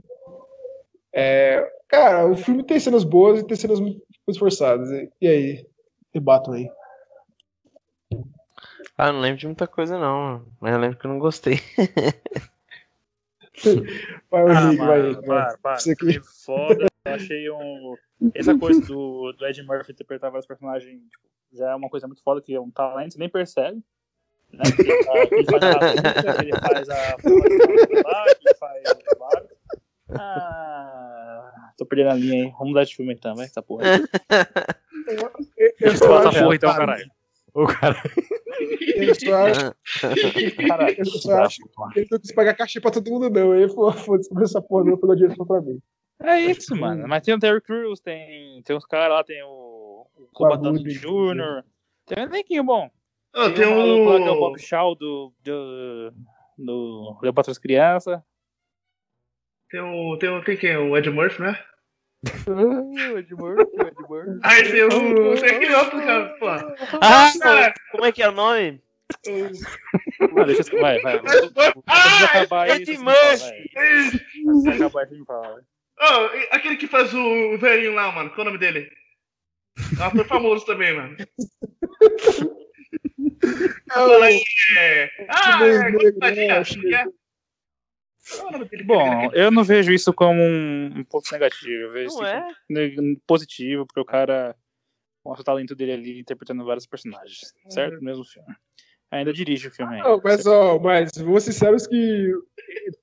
Speaker 1: É, cara, o filme tem cenas boas e tem cenas muito esforçadas. E, e aí? Debatam aí.
Speaker 3: Ah, não lembro de muita coisa não, mas eu lembro que eu não gostei.
Speaker 1: Vai,
Speaker 2: Ah,
Speaker 1: Henrique, vai,
Speaker 2: mano,
Speaker 1: Henrique, vai.
Speaker 2: para, para.
Speaker 1: Você que-
Speaker 2: Achei foda. Eu achei um. Essa coisa do, do Ed Murphy interpretar vários personagens tipo, já é uma coisa muito foda, que é um talento, você nem percebe. Né? Porque ele faz a puta, ele faz a. lá, Ele faz o Barbie. Ah, tô perdendo a linha aí. Vamos mudar de filme então, vai, essa porra.
Speaker 1: Eu só acho-
Speaker 4: O cara.
Speaker 1: eu só acho
Speaker 2: Caralho.
Speaker 1: Eu só acho Ele não quis pagar cachê pra todo mundo, não. Aí ele falou, foda-se, mas essa porra não pegou dinheiro só pra mim.
Speaker 2: É isso, mano. Mas tem o Terry Crews, tem, tem uns caras lá, tem o, o Comandante
Speaker 1: Bagulho.
Speaker 2: Jr. Tem um elenquinho bom.
Speaker 5: Ah,
Speaker 2: tem
Speaker 5: tem
Speaker 2: um maluco lá que é o
Speaker 5: um.
Speaker 2: Bob Shaw do. do. do Leopatra das Crianças.
Speaker 5: Tem um. Tem um. Quem que é? O Ed Murphy, né?
Speaker 2: Edmur, Edmur.
Speaker 5: Ai, tem um. Tem aquele outro cara, pô.
Speaker 3: Ah,
Speaker 5: Cara,
Speaker 3: como é que é o nome?
Speaker 5: o-
Speaker 2: Não, Ah, deixa eu. Vai, vai. Quando você
Speaker 5: Ah!
Speaker 2: acabar aí,
Speaker 3: Ed
Speaker 2: você me fala, vai.
Speaker 5: é-
Speaker 2: Quando você acabar aí, você me fala, vai.
Speaker 5: Ah, e aquele que faz o velhinho lá, mano. Qual é o nome dele? É um ator famoso também, mano. É. Ah,
Speaker 1: Chinês
Speaker 5: é.
Speaker 1: negro,
Speaker 5: Gostadinha.
Speaker 1: né? O chinês
Speaker 5: É. Qual é o nome dele?
Speaker 2: Bom, eu não vejo isso como um, um ponto negativo. Eu vejo isso
Speaker 3: Não é?
Speaker 2: como um positivo, porque o cara mostra o talento dele ali interpretando vários personagens. Certo?
Speaker 3: Uhum.
Speaker 2: No mesmo filme. Ainda dirige o filme ainda.
Speaker 1: Não, mas, ó, mas vamos ser sérios que. Não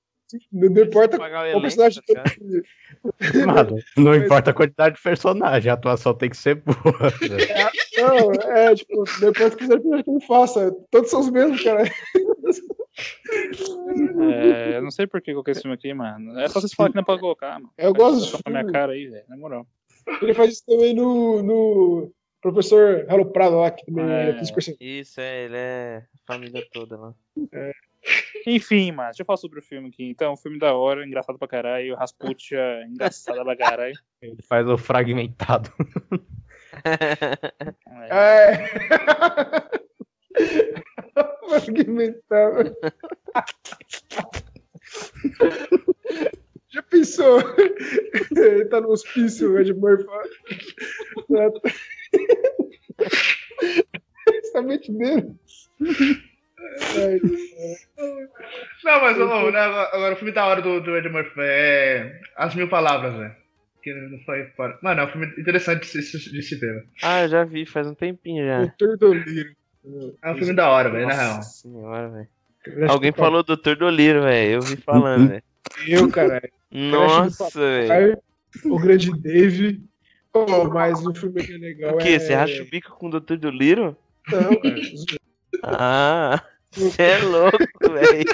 Speaker 1: não importa
Speaker 3: Pagar o
Speaker 1: qual personagem.
Speaker 3: tá ligado?
Speaker 4: Mano, não importa a quantidade de personagem, a atuação tem que ser boa. velho.
Speaker 1: Não, é, tipo, não importa o personagem que ele faça. Todos são os mesmos, cara.
Speaker 2: É, eu não sei por que coloquei esse filme aqui, mano. É só vocês falarem que não é pra colocar, mano.
Speaker 1: Eu
Speaker 2: Vai
Speaker 1: gosto
Speaker 2: chutar
Speaker 1: desse
Speaker 2: pra minha
Speaker 1: filme.
Speaker 2: cara aí, velho. Na moral.
Speaker 1: Ele faz isso também no. no professor Halo Prado lá, que também
Speaker 2: É.
Speaker 1: é 15%.
Speaker 3: Isso, é, ele é a família toda lá.
Speaker 2: Enfim, mano, deixa eu falar sobre o filme aqui. Então, um filme da hora, engraçado pra caralho. Rasputia, engraçada pra caralho.
Speaker 4: Ele faz o fragmentado.
Speaker 2: É,
Speaker 1: É. Fragmentável. Já pensou? Ele tá no hospício, o Ed Murphy. Tá- tá- Essa mente dele. tá Ai,
Speaker 5: Não, mas ô, né, agora, agora o filme da hora do, do Ed Murphy velho, é As Mil Palavras, velho. Que não foi fora. Mano, é um filme interessante de se, de se ver, velho.
Speaker 3: ah, eu já vi, faz um tempinho já.
Speaker 1: Doutor Doliro.
Speaker 5: É um filme da hora, velho, na real.
Speaker 3: Nossa senhora, velho. Alguém
Speaker 1: tá-
Speaker 3: falou Doutor Doliro, velho. Eu vi
Speaker 1: Uhum.
Speaker 3: falando, velho.
Speaker 1: Eu, cara.
Speaker 3: Nossa, velho.
Speaker 1: tá- O grande Dave. Oh, mas o filme que é legal
Speaker 3: O quê?
Speaker 1: é...
Speaker 3: Você racha o bico com o Doutor Doliro?
Speaker 1: Não, cara.
Speaker 3: Ah, você é louco, velho.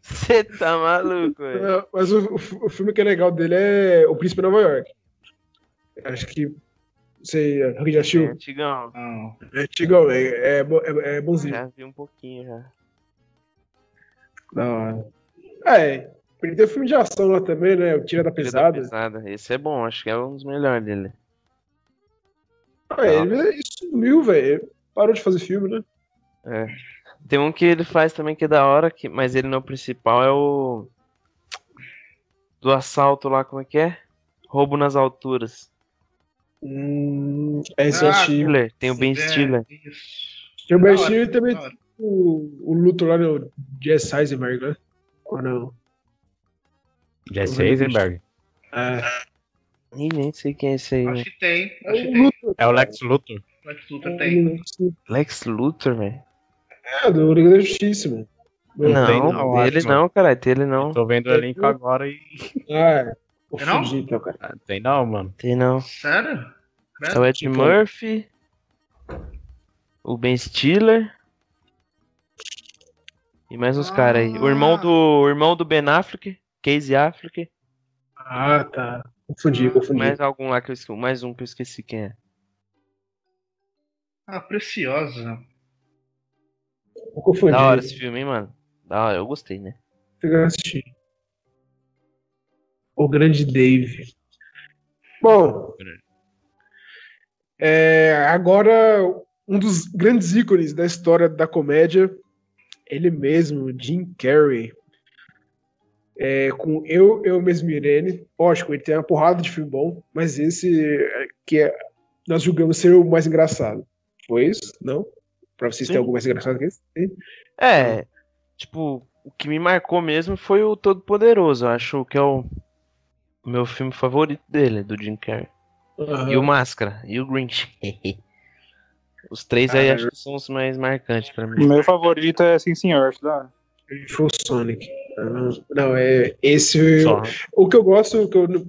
Speaker 3: Você tá maluco, velho.
Speaker 1: Não, É, mas o, o fi- o filme que é legal dele é O Príncipe de Nova York. Acho que. Não sei, alguém já
Speaker 3: É
Speaker 1: assistiu?
Speaker 3: Antigão,
Speaker 5: Não.
Speaker 1: É antigão, é, é, bo- é, é bonzinho.
Speaker 3: já vi um pouquinho já.
Speaker 1: Da hora. É, ele tem o filme de ação lá também, né? O Tira da
Speaker 3: Tira da
Speaker 1: Pesada.
Speaker 3: pesada. Esse é bom, acho que é um dos melhores dele.
Speaker 1: Ah, ele, ele sumiu, velho. Parou de fazer filme, né?
Speaker 3: Tem um que ele faz também que é da hora, que... mas ele não é o principal, é o. Do assalto lá, como é que é? Roubo nas alturas.
Speaker 1: Hum, é esse
Speaker 5: Ah,
Speaker 1: antigo.
Speaker 3: Stiller, tem o Ben
Speaker 5: É,
Speaker 3: Stiller.
Speaker 5: isso.
Speaker 1: Tem o Ben
Speaker 5: Da hora,
Speaker 1: Stiller e também
Speaker 5: da hora.
Speaker 1: o, o Luthor lá no Jess Heisenberg, né? Ou não?
Speaker 4: Jesse Eisenberg.
Speaker 1: É.
Speaker 3: Ih, nem sei quem é esse aí.
Speaker 5: Acho
Speaker 3: velho.
Speaker 5: que tem. Acho que
Speaker 1: o
Speaker 5: tem.
Speaker 1: Luthor.
Speaker 4: É o Lex Luthor.
Speaker 5: Lex Luthor tem.
Speaker 3: Lex Luthor, velho.
Speaker 1: É, do Liga da Justiça, mano.
Speaker 3: Não,
Speaker 4: Não tem, não, acho,
Speaker 3: ele
Speaker 4: mano.
Speaker 3: não, caralho. Tem ele não.
Speaker 4: Tô vendo o elenco agora e.
Speaker 1: Ah, é. Vou
Speaker 5: Não?
Speaker 1: fugir, então, cara.
Speaker 4: Ah, Tem não, mano.
Speaker 3: Tem não.
Speaker 5: Sério?
Speaker 3: É o Ed
Speaker 1: Tipo-
Speaker 3: Murphy. O Ben Stiller. E mais uns caras aí.
Speaker 1: Ah.
Speaker 3: O irmão do o irmão do Ben Affleck, Casey Affleck.
Speaker 1: Ah, tá.
Speaker 3: Hum,
Speaker 1: Confundi, confundi.
Speaker 3: Mais algum lá que eu esque- mais um que eu esqueci quem é.
Speaker 5: Ah, preciosa.
Speaker 1: Eu Confundi.
Speaker 3: Da hora esse filme, hein, mano. Da hora, eu gostei, né?
Speaker 1: Tem que assistir. O grande Dave. Bom. é, agora, um dos grandes ícones da história da comédia, ele mesmo, Jim Carrey. É, com Eu, Eu Mesmo e Irene. Lógico, ele tem uma porrada de filme bom, mas esse é, que é, nós julgamos ser o mais engraçado. Foi isso? Não? Pra vocês
Speaker 3: Sim.
Speaker 1: terem algo mais engraçado que esse? Sim.
Speaker 3: É, tipo, o que me marcou mesmo foi o Todo Poderoso. Eu acho que é o meu filme favorito dele, do Jim Carrey. E o
Speaker 1: É.
Speaker 3: Máscara, e o Grinch. Os três aí acho que são os mais marcantes pra mim.
Speaker 2: O meu favorito é Sim Senhor, acho da hora.
Speaker 1: Foi o Sonic. Ah, Não, é esse.
Speaker 4: Só.
Speaker 1: O que eu gosto o que eu não-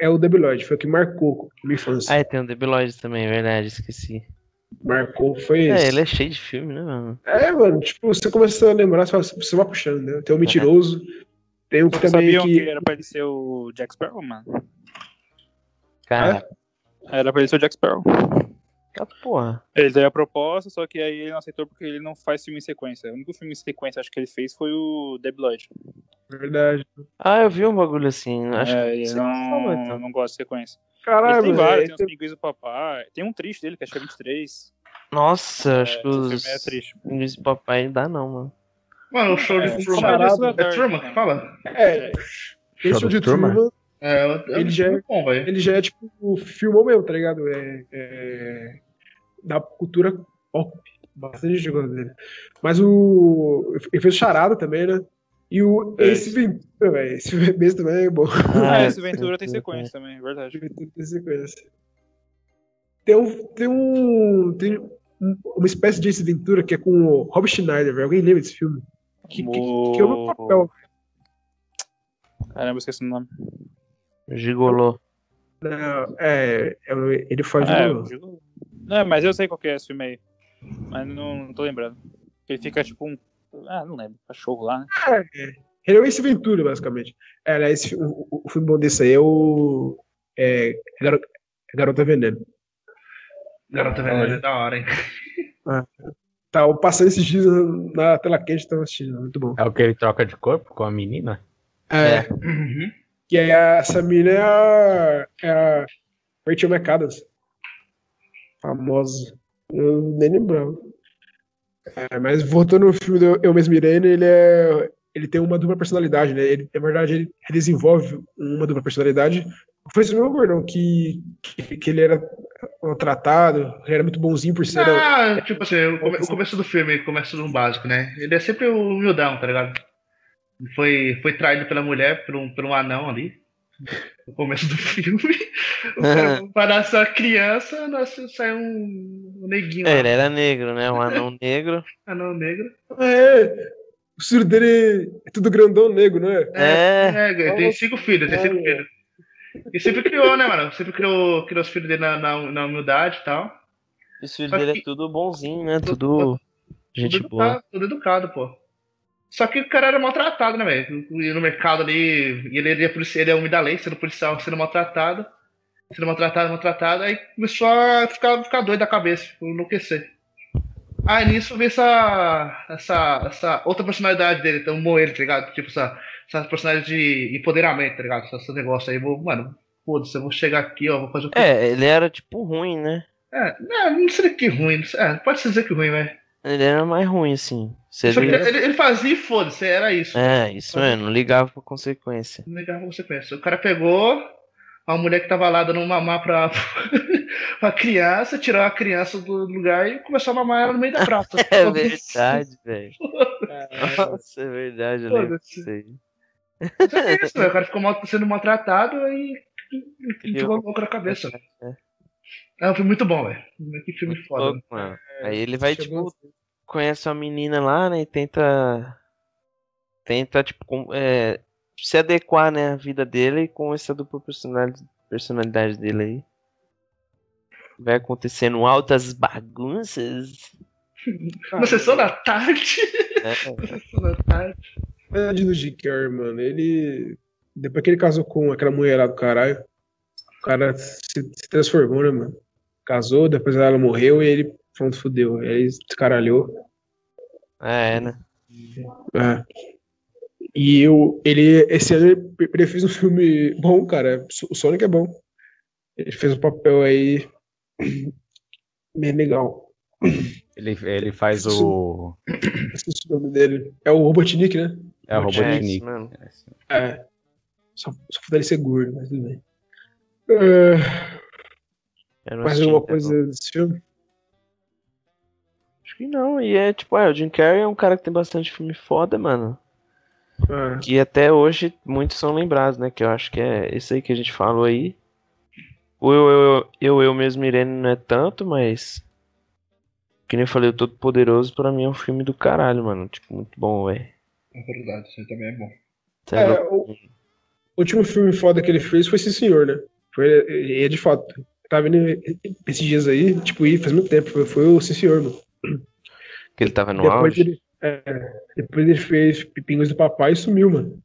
Speaker 1: é o Debiloid, foi o que marcou minha infância.
Speaker 3: Ah, e tem o Debiloid também, é verdade, esqueci.
Speaker 1: Marcou, foi
Speaker 3: É,
Speaker 1: esse. É,
Speaker 3: ele é cheio de filme, né, mano?
Speaker 1: mano, tipo, você começa a lembrar, você, fala, você vai puxando, né? Tem o Mentiroso, tem o que
Speaker 2: Vocês
Speaker 1: também
Speaker 2: sabiam que...
Speaker 1: que.
Speaker 2: era pra ele ser o Jack Sparrow, mano?
Speaker 3: Cara,
Speaker 2: Era pra ele ser o Jack Sparrow.
Speaker 3: tá porra.
Speaker 2: Ele teve a proposta, só que aí ele não aceitou porque ele não faz filme em sequência. O único filme em sequência acho que ele fez foi o Dead Blood.
Speaker 1: é Verdade.
Speaker 3: Ah, eu vi um bagulho assim, acho
Speaker 2: é,
Speaker 3: que
Speaker 2: ele
Speaker 3: você
Speaker 2: não, é,
Speaker 3: falou, então.
Speaker 2: não gosta de sequência.
Speaker 1: Caralho,
Speaker 2: ele tem
Speaker 1: mano.
Speaker 2: vários,
Speaker 1: é,
Speaker 2: tem um os
Speaker 1: tem-
Speaker 2: pinguins do papai. Tem um triste dele, que acho que é 23.
Speaker 3: Nossa, acho
Speaker 2: É,
Speaker 3: que
Speaker 2: esse
Speaker 3: os
Speaker 2: filme é triste.
Speaker 3: Esse papai não dá não, mano.
Speaker 5: Mano, o show
Speaker 2: É, Ah,
Speaker 5: de Truman.
Speaker 1: parado.
Speaker 5: É Truman que fala?
Speaker 1: é, esse
Speaker 4: Show
Speaker 1: de
Speaker 4: do Truman?
Speaker 1: Truman,
Speaker 5: É, eu- eu-
Speaker 1: Ele já é-
Speaker 5: muito bom, velho.
Speaker 1: ele já é tipo o filmão mesmo, tá ligado? É, é, da cultura pop. Bastante gente gosta dele. Mas o. Ele fez o charada também, né? E o.
Speaker 2: É
Speaker 1: esse Ventura, velho. Esse Ventura também é bom.
Speaker 2: Ah,
Speaker 3: Ah,
Speaker 2: esse Ventura tem
Speaker 3: sim, sim.
Speaker 2: sequência também, é verdade.
Speaker 1: Juventude tem sequência. Tem um. Tem, um, tem um- uma espécie de Ace Ventura que é com o Rob Schneider, velho. Alguém lembra desse filme? Que, que, que é o meu papel.
Speaker 2: Caramba, esqueci o nome.
Speaker 3: Gigolô.
Speaker 1: Não, é, é, ele faz
Speaker 2: É,
Speaker 1: o.
Speaker 2: eu- Não, mas eu sei qual que é esse filme aí. Mas não, não tô lembrando. Ele fica tipo um. Ah, não lembro. Cachorro lá, né?
Speaker 1: Ele é o Ace Ventura, basicamente. É, né, esse, o, o- o filme bom desse aí é o. É, Garo- Garota Veneno.
Speaker 5: Garota Veneno é da hora, hein?
Speaker 1: Tá, eu passei esses dias na tela quente, tava assistindo. Muito bom.
Speaker 4: É o que ele troca de corpo com a menina?
Speaker 1: É.
Speaker 5: Uhum.
Speaker 1: Que aí a- essa mina é a, é a Rachel McAdams. Famosa. Eu nem lembrava. É, mas voltando ao filme do Eu Mesmo Irene, ele é. Ele tem uma dupla personalidade, né? Ele, na verdade, ele desenvolve uma dupla personalidade. Foi esse mesmo gordão que, que, que ele era tratado, ele era muito bonzinho por ser.
Speaker 5: Ah,
Speaker 1: é
Speaker 5: tipo assim, o, come- o começo do filme começa no básico, né? Ele é sempre o humildão, tá ligado? Foi, foi traído pela mulher, por um, por um anão ali. No começo do filme. O cara vai nascer uma criança, nasce, sai um, um neguinho,
Speaker 3: É,
Speaker 5: lá,
Speaker 3: ele era negro, né? Um anão negro.
Speaker 5: um anão negro.
Speaker 1: Ah, é. O filho dele é tudo grandão negro, não é?
Speaker 3: É.
Speaker 5: É, ele tem cinco filhos, tem cinco
Speaker 1: Olha.
Speaker 5: filhos. E sempre criou, né, mano? Sempre criou, criou os filhos dele na, na, na humildade e tal.
Speaker 3: Os filhos
Speaker 5: Só
Speaker 3: dele é
Speaker 5: que-
Speaker 3: tudo bonzinho, né? Tudo gente
Speaker 5: tudo
Speaker 3: boa.
Speaker 5: Educado, tudo educado, pô. Só que o cara era maltratado, né, velho? Ia no mercado ali, e ele, ele, é polici- ele é homem da lei, sendo policial, sendo maltratado. Sendo maltratado, maltratado. Aí começou a ficar, ficar doido da cabeça, tipo, enlouquecer. Aí nisso veio essa, essa, essa outra personalidade dele, então moer ele, tá ligado? Tipo, essa, essa personalidade de empoderamento, tá ligado? Esse, esse negócio aí, vou, mano, foda-se, eu vou chegar aqui, ó, vou fazer o que.
Speaker 3: É, ele era tipo ruim, né?
Speaker 5: É, não, não seria que ruim, não sei- é, pode se dizer que ruim, velho.
Speaker 3: Ele era mais ruim, assim. Se
Speaker 5: Só que
Speaker 3: ele...
Speaker 5: ele, ele fazia e foda-se, era isso.
Speaker 3: É, isso é, não ligava pra consequência.
Speaker 5: Legal você pensa. O cara pegou a mulher que tava lá dando um mamar pra uma criança, tirou a criança do lugar e começou a mamar ela no meio da Então, prata.
Speaker 3: É verdade, velho. Nossa, é verdade, eu
Speaker 5: Foda-se.
Speaker 3: lembro disso aí.
Speaker 5: Só que é isso, né? O cara ficou mal- sendo maltratado e e- e
Speaker 3: Viu?
Speaker 5: jogou louco na cabeça. É um filme muito bom, velho. Que filme
Speaker 3: Muito
Speaker 5: foda. né? É,
Speaker 3: louco, mano. Aí ele vai,
Speaker 1: Chegou
Speaker 3: tipo, conhece uma menina lá, né? E tenta tenta, tipo, com- é, se adequar, né, à vida dele com essa dupla personalidade, personalidade dele aí. Vai acontecendo altas bagunças.
Speaker 1: assim, "Ah,
Speaker 5: Na sessão da tarde.
Speaker 3: né?
Speaker 5: Sessão da tarde.
Speaker 1: verdade do Jim Carrey, mano, ele. Depois que ele casou com aquela mulher lá do caralho, o cara se, se transformou, né, mano? Casou, depois ela morreu e ele, pronto, fudeu. Aí ele descaralhou.
Speaker 3: É, né?
Speaker 1: É. E eu, ele, esse ano, ele pre- ele fez um filme bom, cara. O Sonic é bom. Ele fez um papel aí. bem legal.
Speaker 4: Ele, ele faz o.
Speaker 1: Esqueci o nome dele. É o Robotnik, né?
Speaker 4: É o
Speaker 3: É,
Speaker 4: Robotnik.
Speaker 3: isso mesmo.
Speaker 1: É. Só, só falta ele ser gordo, mas tudo bem. É,
Speaker 3: Eu não
Speaker 1: mais alguma
Speaker 3: assisti ainda, não.
Speaker 1: coisa desse filme?
Speaker 3: Acho que não, e é tipo, é, o Jim Carrey é um cara que tem bastante filme foda, mano.
Speaker 1: Ah,
Speaker 3: Que até hoje muitos são lembrados, né? Que eu acho que é esse aí que a gente falou aí. O Eu, Eu, Eu, Eu mesmo, Irene, não é tanto, mas. Que nem eu falei, o Todo Poderoso pra mim é um filme do caralho, mano. Tipo, muito bom, velho.
Speaker 5: É verdade, isso aí também é bom.
Speaker 3: Tá
Speaker 1: é,
Speaker 3: louco?
Speaker 1: o o último filme foda que ele fez foi esse senhor, né? Foi, e é de fato. Eu Tava vendo esses dias aí, tipo, e faz muito tempo. Foi, foi o Sim Senhor, mano.
Speaker 3: Que ele tava no
Speaker 1: depois,
Speaker 3: auge.
Speaker 1: Ele, é, depois ele fez Pinguins do Papai e sumiu, mano.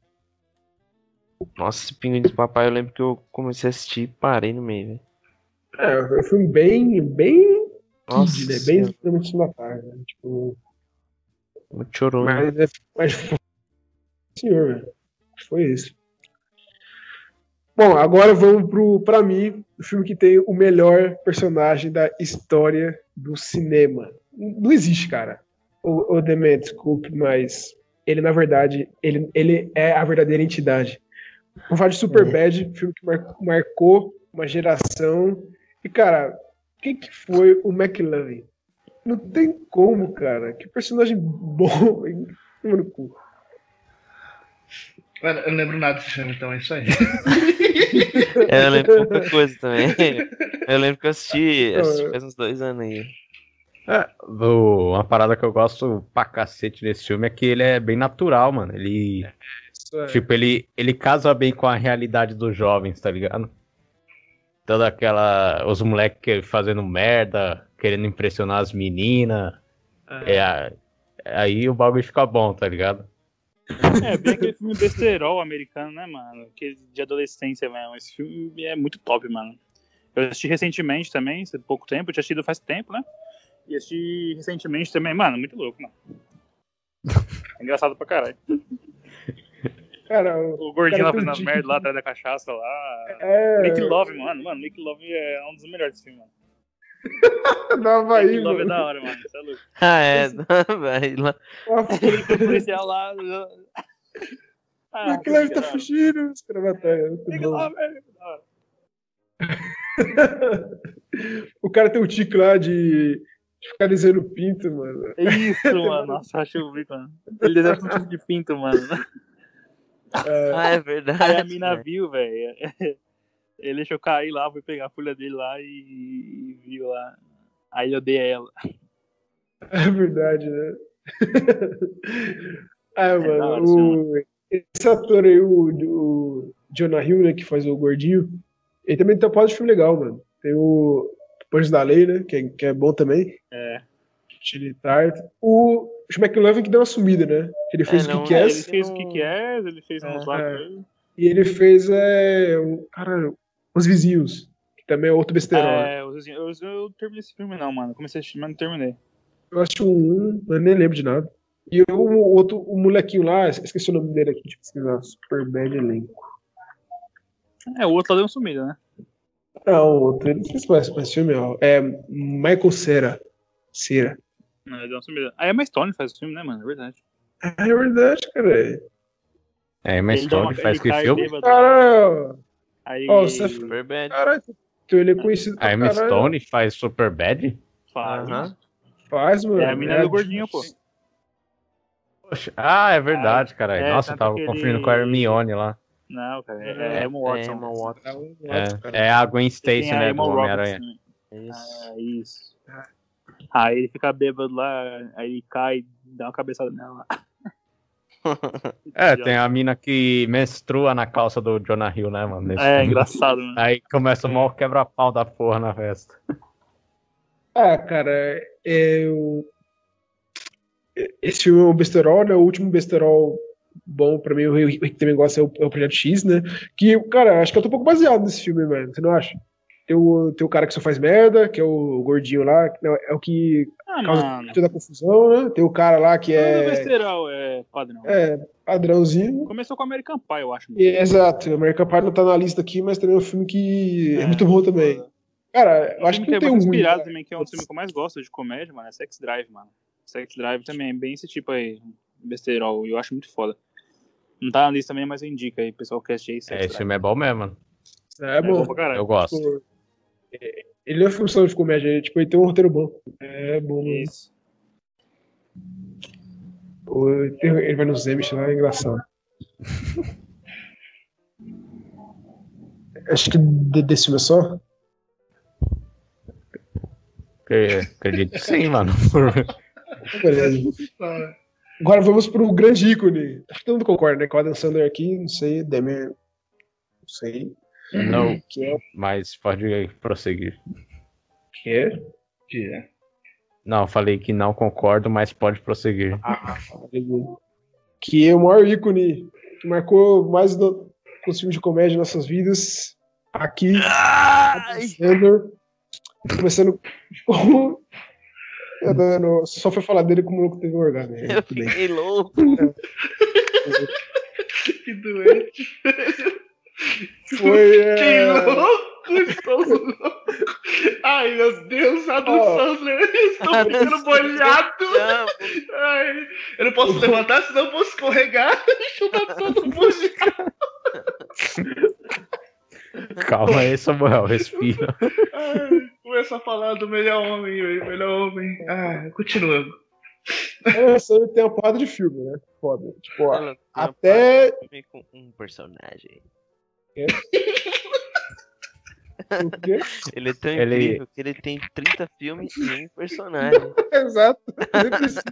Speaker 3: Nossa, esse Pinguim do Papai, eu lembro que eu comecei a assistir e parei no meio, velho.
Speaker 1: É, foi um filme bem, bem
Speaker 3: Nossa,
Speaker 1: kid, né?
Speaker 3: senhora,
Speaker 1: Bem promoção da tarde, né? Tipo,
Speaker 3: muito chorou. né?
Speaker 1: mas, é, mas foi senhor, velho. Foi isso. Bom, agora vamos pro, pra mim, o filme que tem o melhor personagem da história do cinema. Não existe, cara. O, o Dement, desculpe, mas ele, na verdade, ele, ele é a verdadeira entidade. Um Vamos falar de Superbad, filme que mar- marcou uma geração. E, cara, quem que foi o McLovin? Não tem como, cara. Que personagem bom. hein? Toma no cu.
Speaker 5: Cara, Eu não lembro nada desse filme, então é isso aí.
Speaker 3: É, eu lembro de muita coisa também. Eu lembro que eu assisti, assisti faz uns dois anos aí.
Speaker 4: É, o- uma parada que eu gosto pra cacete desse filme é que ele é bem natural, mano. Ele.
Speaker 1: Isso é-
Speaker 4: Tipo, ele, ele casa bem com a realidade dos jovens, tá ligado? Toda aquela. Os moleques fazendo merda, querendo impressionar as meninas. É, a- aí o bagulho fica bom, tá ligado?
Speaker 2: É, bem aquele filme besterol americano, né, mano? Aquele de adolescência mesmo. Esse filme é muito top, mano. Eu assisti recentemente também, há pouco tempo. Eu tinha assistido faz tempo, né? E assisti recentemente também. Mano, muito louco, mano. É Engraçado pra caralho.
Speaker 1: Cara, o-
Speaker 2: O
Speaker 1: Cara,
Speaker 2: gordinho lá
Speaker 1: tem um
Speaker 2: fazendo as
Speaker 1: dia
Speaker 2: merdas
Speaker 1: que-
Speaker 2: lá atrás da cachaça lá.
Speaker 1: é.
Speaker 2: Make Love, mano. Mano, Make Love é um dos melhores desse filme, mano.
Speaker 1: Dava
Speaker 2: Make
Speaker 1: aí,
Speaker 2: Love é
Speaker 1: mano.
Speaker 2: da hora, mano. Você é louco.
Speaker 3: Ah, é, vai lá.
Speaker 2: O policial lá. Ah,
Speaker 1: O Cleve tá
Speaker 2: cara.
Speaker 1: fugindo. Os caras mataram, muito
Speaker 2: Make
Speaker 1: bom.
Speaker 2: Love, é da hora.
Speaker 1: O cara tem o tique lá de de ficar desenhando pinto, mano.
Speaker 2: É isso, mano. Nossa, eu achei o bico, mano. Ele desenha com um tipo de pinto, mano.
Speaker 3: Ah, é verdade.
Speaker 2: Aí a mina
Speaker 3: né?
Speaker 2: viu, velho. Ele deixou cair lá, foi pegar a folha dele lá e, e viu lá. Aí eu dei a ela.
Speaker 1: É verdade, né? ah,
Speaker 2: É da hora,
Speaker 1: mano. o- Esse ator aí, o, o Jonah Hill, né, que faz o gordinho, ele também tem um par de filme legal, mano. Tem o Punch da Lei, né, que é, que é bom também.
Speaker 2: É.
Speaker 1: Chili Tart. O o McLovin que deu uma sumida, né? Ele fez
Speaker 3: não,
Speaker 1: o
Speaker 3: é,
Speaker 1: Kick-Ass.
Speaker 2: Ele fez o que que é, ele fez uns
Speaker 3: É.
Speaker 2: lá. coisas.
Speaker 1: E ele fez, é, um- cara, Os Vizinhos, que também é outro besteirão. né?
Speaker 2: É, eu, eu, eu terminei esse filme não, mano. Comecei a assistir, mas não terminei.
Speaker 1: Eu acho um, eu nem lembro de nada. E o outro, o molequinho lá, esqueci o nome dele aqui, tipo assim, deixa eu pesquisar, Superbad Elenco.
Speaker 2: É, o outro lá deu um sumido, né?
Speaker 1: Ah, o outro, não sei se conhece esse filme, ó, é Michael Cera. Cera.
Speaker 2: Não, ele deu um sumido. Aí a Emma Stone faz o filme, né, mano? É verdade.
Speaker 1: É verdade, cara.
Speaker 4: É, mas
Speaker 2: dá
Speaker 4: Stone faz que
Speaker 2: cai
Speaker 4: filme?
Speaker 2: bêbado,
Speaker 1: Cara,
Speaker 2: Aí
Speaker 1: Ó, você-
Speaker 3: Super bad.
Speaker 1: cara, então ele é conhecido
Speaker 4: A Emma
Speaker 1: caralho.
Speaker 4: Stone faz Super Bad?
Speaker 2: faz.
Speaker 3: Aham.
Speaker 1: Faz, mano.
Speaker 2: É a mina do gordinho, pô.
Speaker 4: Poxa, ah, é verdade, caralho.
Speaker 2: é,
Speaker 4: Nossa, eu
Speaker 2: tanto
Speaker 4: tava
Speaker 2: que ele-
Speaker 4: confundindo com a Hermione lá.
Speaker 2: Não, cara.
Speaker 3: É,
Speaker 2: É, é Emma
Speaker 3: é
Speaker 2: Watson.
Speaker 3: Emma Watson.
Speaker 4: É, é a Gwen Stacy,
Speaker 2: Tem a
Speaker 4: né, do
Speaker 2: Emma Roberts
Speaker 4: Homem-Aranha.
Speaker 2: também.
Speaker 3: Isso.
Speaker 2: Ah, isso. Aí ele fica bêbado lá, aí ele cai, dá uma cabeçada nela.
Speaker 4: É, tem a mina que menstrua na calça do Jonah Hill, né, mano? Nesse
Speaker 2: É,
Speaker 4: filme.
Speaker 2: engraçado, né?
Speaker 4: Aí começa o maior quebra-pau da porra na festa.
Speaker 1: Ah, cara, é, eu. Esse filme é o besterol, né? O último besterol bom pra mim, eu, eu, que também gosto, é o, é o Projeto X, né? Que, cara, acho que eu tô um pouco baseado nesse filme, mano. Você não acha? Tem o, tem o cara que só faz merda, que é o gordinho lá, que não- é o que
Speaker 2: Ah,
Speaker 1: causa
Speaker 2: mano.
Speaker 1: toda a confusão, né? Tem o cara lá que
Speaker 2: É...
Speaker 1: é,
Speaker 2: Besteirão, é padrão.
Speaker 1: é padrãozinho.
Speaker 2: Começou com American Pie, eu acho.
Speaker 1: E, exato, o American Pie não tá na lista aqui, mas também é um filme que é, muito bom também. Cara, eu
Speaker 2: Eu
Speaker 1: acho que não
Speaker 2: é
Speaker 1: tem um
Speaker 2: muito
Speaker 1: ruim,
Speaker 2: inspirado
Speaker 1: cara.
Speaker 2: também, que é um filme que eu mais gosto de comédia, mano. É Sex Drive, mano. Sex Drive também é bem esse tipo aí, besteirol. E eu acho muito foda. Não tá na lista também, mas eu indico aí, pessoal que assiste aí Sex
Speaker 4: É, esse
Speaker 2: Drive.
Speaker 4: filme é bom mesmo, mano.
Speaker 1: É
Speaker 2: É
Speaker 1: bom.
Speaker 2: pra caralho.
Speaker 4: Eu gosto.
Speaker 1: Tipo, é, ele não é função de comédia, ele, tipo, ele tem um roteiro bom. É bom. né?
Speaker 2: Isso.
Speaker 1: O- ele tem- Ele vai nos Emmys lá, é engraçado. Acho que de- desse filme é só.
Speaker 4: Que- Acredito que sim, mano.
Speaker 1: Beleza. Agora vamos pro grande ícone. Acho que todo mundo concorda, né? Com o Adam Sandler aqui, não sei, Demer. Não sei.
Speaker 4: Não,
Speaker 1: Que é.
Speaker 4: mas pode prosseguir.
Speaker 1: Que é.
Speaker 5: Que é.
Speaker 4: Não, falei que não concordo, mas pode prosseguir.
Speaker 1: Que é o maior ícone que marcou mais do, os filmes de comédia em nossas vidas. Aqui, Adam Sandler. Começando com. Eu tô dando- Só foi falar dele como o maluco teve um orgasmo. né?
Speaker 3: Eu
Speaker 1: Tudo bem.
Speaker 3: fiquei louco.
Speaker 5: Que doente.
Speaker 1: Foi.
Speaker 5: Que
Speaker 1: é,
Speaker 5: louco, estou louco. Ai, meu Deus, Adam
Speaker 1: Ó.
Speaker 5: Sandler, eu né? estou
Speaker 3: Adam
Speaker 5: ficando
Speaker 3: Sandler.
Speaker 5: molhado.
Speaker 3: Não,
Speaker 5: Ai, eu não posso levantar, senão eu vou escorregar e chutar todo mundo.
Speaker 4: Calma aí, Samuel, respira.
Speaker 5: Ai, começa a falar do melhor homem, velho, melhor homem. Ah, continuando.
Speaker 1: Adam Sandler é, tem uma porrada de filme, né? Foda. Tipo, ó,
Speaker 3: ela tem uma
Speaker 1: até.
Speaker 3: parte também com um personagem.
Speaker 1: O quê?
Speaker 3: Ele é tão
Speaker 4: Ele-
Speaker 3: incrível que ele tem 30 filmes e um personagem.
Speaker 1: Exato. Ele precisa,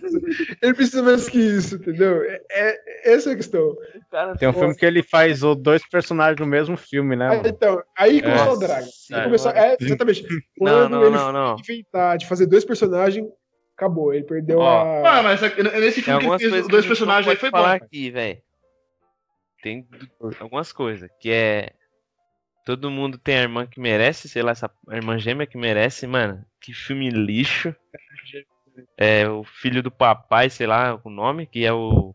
Speaker 1: ele precisa mais que isso, entendeu? É, é- essa é a questão.
Speaker 3: O cara
Speaker 4: Tem um
Speaker 3: fala,
Speaker 4: filme que ele faz o- dois personagens no mesmo filme, né,
Speaker 1: Aí,
Speaker 4: mano?
Speaker 1: então, aí começou o
Speaker 3: É. Nossa,
Speaker 1: draga.
Speaker 3: senhora.
Speaker 1: Começou, é, exatamente.
Speaker 3: Não,
Speaker 1: Quando
Speaker 3: não,
Speaker 1: ele
Speaker 3: não, não.
Speaker 1: inventar de fazer dois personagens, acabou. Ele perdeu
Speaker 4: Ó.
Speaker 5: Ah,
Speaker 1: a.
Speaker 5: mas a- nesse
Speaker 3: Tem
Speaker 5: filme que ele
Speaker 3: algumas
Speaker 5: fez
Speaker 3: coisas
Speaker 5: os
Speaker 3: que a gente
Speaker 5: dois
Speaker 3: não
Speaker 5: personagens aí
Speaker 3: pode
Speaker 5: foi bom.
Speaker 3: falar aqui, velho. Tem du- algumas coisas que é todo mundo tem a irmã que merece, sei lá, essa a irmã gêmea que merece, mano. Que filme lixo. É o filho do papai, sei lá, o nome, que é o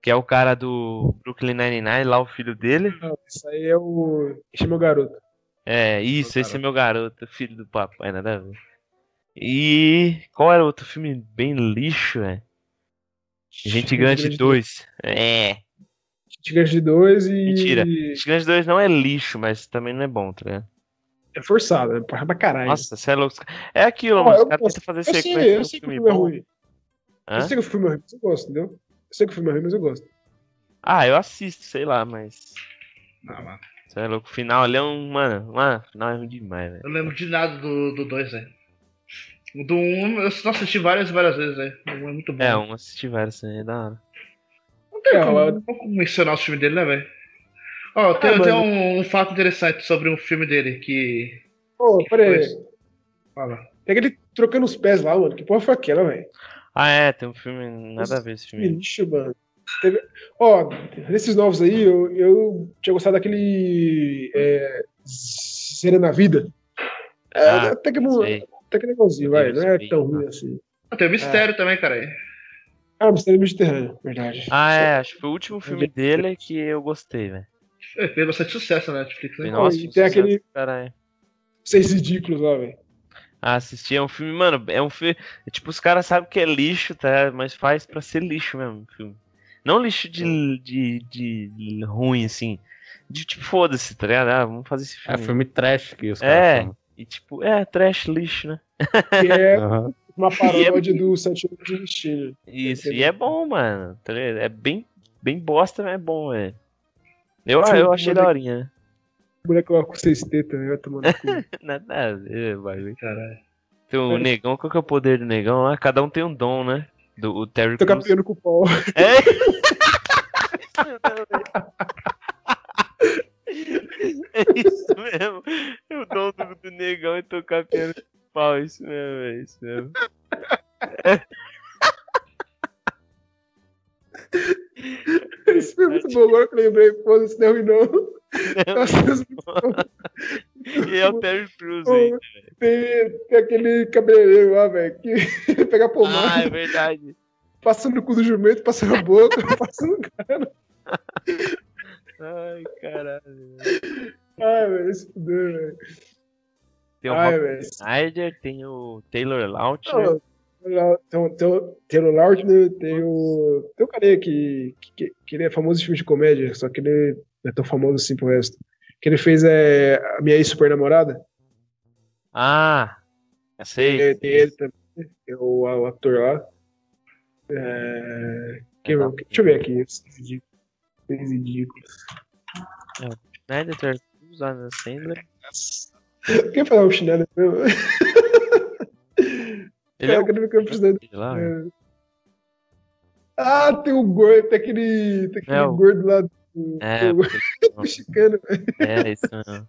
Speaker 3: que é o cara do Brooklyn Nine-Nine, lá o filho dele.
Speaker 1: Não, isso aí é o. Chama o garoto.
Speaker 3: É, isso, esse é meu garoto, filho do papai, nada a ver. E qual era o outro filme bem lixo, é? Gente Grande 2. É.
Speaker 1: Gente grande 2 e.
Speaker 3: Mentira. Gente Grande 2 não é lixo, mas também não é bom, tá ligado?
Speaker 1: É forçado, né? Porra pra caralho.
Speaker 3: Nossa, você é louco. É aquilo,
Speaker 1: Ó,
Speaker 3: mano.
Speaker 1: eu
Speaker 3: Os caras
Speaker 1: posso-
Speaker 3: tentam fazer
Speaker 1: eu sei,
Speaker 3: sequência
Speaker 1: eu
Speaker 3: no
Speaker 1: sei que o
Speaker 3: um filme
Speaker 1: filme é
Speaker 3: bom.
Speaker 1: ruim.
Speaker 3: Hã?
Speaker 1: Eu sei que o filme é ruim, mas eu gosto, entendeu? Eu sei que o filme é ruim, mas eu gosto.
Speaker 3: Ah, eu assisto, sei lá, mas.
Speaker 5: Não, Ah, mano.
Speaker 3: Você é louco. O final ali é um. Mano, ah, o final é ruim demais, velho.
Speaker 5: Eu não lembro de nada do 2, do dois, velho. O Do 1, um, eu só assisti várias e várias vezes, velho. O um é muito bom.
Speaker 3: É,
Speaker 1: Hum.
Speaker 3: um assisti vários também, é da hora.
Speaker 5: Não tem
Speaker 1: É,
Speaker 5: como,
Speaker 1: eu-
Speaker 5: não tem como mencionar o filme dele, né, velho? Ó, tem,
Speaker 1: Ah,
Speaker 5: tem
Speaker 1: mano.
Speaker 5: um, um fato interessante sobre o filme dele que.
Speaker 1: Pô, peraí.
Speaker 5: Pois. Fala.
Speaker 1: Tem aquele trocando os pés lá, mano. Que porra foi aquela, velho?
Speaker 3: Ah, é, tem um filme. Nada a ver esse
Speaker 1: Que
Speaker 3: filme.
Speaker 1: lixo, mano. Teve- Ó, nesses novos aí, eu, eu tinha gostado daquele. É... Serena na Vida. É,
Speaker 3: Ah,
Speaker 1: até, que, bom-
Speaker 3: Sei.
Speaker 1: até que legalzinho, Tá vai. Não é
Speaker 3: Sei.
Speaker 1: tão ruim assim.
Speaker 5: Ah, tem o mistério também, cara. aí.
Speaker 1: Ah, Mistério Mediterrâneo, verdade.
Speaker 3: Ah, é, acho que foi o último filme dele que eu gostei, velho.
Speaker 5: É, Fez bastante sucesso na Netflix, né?
Speaker 3: Falei, Nossa,
Speaker 1: e
Speaker 3: que
Speaker 1: tem
Speaker 3: sucesso,
Speaker 1: aquele-
Speaker 3: caralho.
Speaker 1: Seis ridículos é lá, velho.
Speaker 3: Ah, assisti, é um filme, mano, é um filme. é tipo, os caras sabem que é lixo, tá? Mas faz pra ser lixo mesmo o filme. Não lixo de, de, de ruim, assim. De tipo, foda-se, tá ligado? Ah, vamos fazer esse
Speaker 4: É
Speaker 3: filme.
Speaker 4: filme trash que os
Speaker 3: É.
Speaker 4: caras chamam.
Speaker 3: E tipo, é, trash, lixo, né?
Speaker 1: Que é
Speaker 4: Aham.
Speaker 1: uma paródia do Sete Anos de Destino.
Speaker 3: Isso,
Speaker 1: Entendi.
Speaker 3: e é bom, mano. Tá ligado? É bem, bem bosta, mas é bom, é. Eu,
Speaker 1: Sim,
Speaker 3: eu achei
Speaker 1: moleque.
Speaker 3: daorinha, né?
Speaker 1: O moleque lá com seis tetas, né? Vai tomando cu.
Speaker 3: Nada a ver, bagulho.
Speaker 5: Caralho.
Speaker 3: Tem o negão, qual que é o poder do negão? Ah, cada um tem um dom, né? Do o Terry
Speaker 1: Tô
Speaker 3: Crews.
Speaker 1: caminhando com o pau.
Speaker 3: É isso mesmo. É O dom do, do negão e tocar piano de pau. É isso mesmo, é isso mesmo.
Speaker 1: Esse foi muito bom, agora que eu lembrei. Pô, isso não é ruim, não. Nossa, é
Speaker 3: E é o Terry Crews aí.
Speaker 1: tem, tem aquele cabeleireiro lá, velho, que pega a pomada,
Speaker 3: Ah, é verdade.
Speaker 1: passa no cu do jumento, passa na boca, passa no cara.
Speaker 3: Ai, caralho.
Speaker 1: Ai, Ah, velho, se fudeu, velho.
Speaker 3: Tem o
Speaker 1: Ai,
Speaker 3: Rob
Speaker 1: velho.
Speaker 3: Snyder, tem o Taylor Lautner.
Speaker 1: Ah, é Não, tem o- Tem, o- tem, o- tem o Lautner, tem o. Tem o carinha que, que, que ele é famoso em filme de comédia, só que ele não é tão famoso assim pro resto. Que ele fez é, a minha ex-super namorada.
Speaker 3: Ah, sei.
Speaker 1: Tem ele também, tem o, o ator lá. É, quem- deixa eu ver aqui. esses ridículos, esses ridículos.
Speaker 3: Snyder, Terry Crews, Adam Sandler.
Speaker 1: Quem falar o chinelo? meu?
Speaker 3: Ele é
Speaker 1: Cara,
Speaker 3: o...
Speaker 1: que ele fica precisando-
Speaker 3: sei lá, velho.
Speaker 1: é. Ah, tem o gordo, tem aquele, tem aquele
Speaker 3: É, o-
Speaker 1: gordo lá do,
Speaker 3: É,
Speaker 1: do
Speaker 3: porque-
Speaker 1: mexicano.
Speaker 3: é isso mesmo.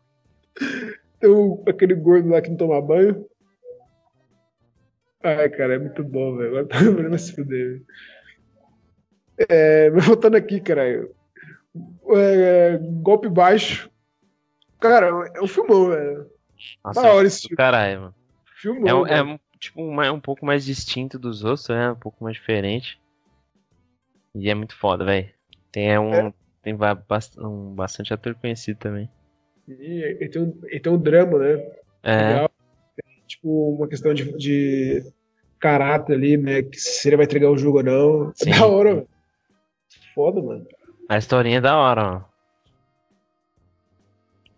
Speaker 1: Tem o- Então, aquele gordo lá que não toma banho. Ai, cara, é muito bom, velho. Agora tá lembrando mas se fuder. velho. É, mas voltando aqui, caralho. É, golpe baixo. Cara, é um filmão, velho.
Speaker 3: Nossa,
Speaker 1: Da hora
Speaker 3: é
Speaker 1: esse
Speaker 3: do
Speaker 1: filme.
Speaker 3: caralho, mano.
Speaker 1: Filmão. né?
Speaker 3: É, um- é
Speaker 1: velho.
Speaker 3: um, tipo, um, um pouco mais distinto dos outros, né? Um pouco mais diferente. E é muito foda, velho. Tem é, um. Tem ba- bast- um, bastante ator conhecido também.
Speaker 1: E, e tem um, e tem um drama, né?
Speaker 3: É,
Speaker 1: Legal. Tipo, uma questão de, de caráter ali, né? Que se ele vai entregar o jogo ou não.
Speaker 3: Sim.
Speaker 1: É da hora, velho. Foda, mano.
Speaker 3: a historinha é da hora, mano.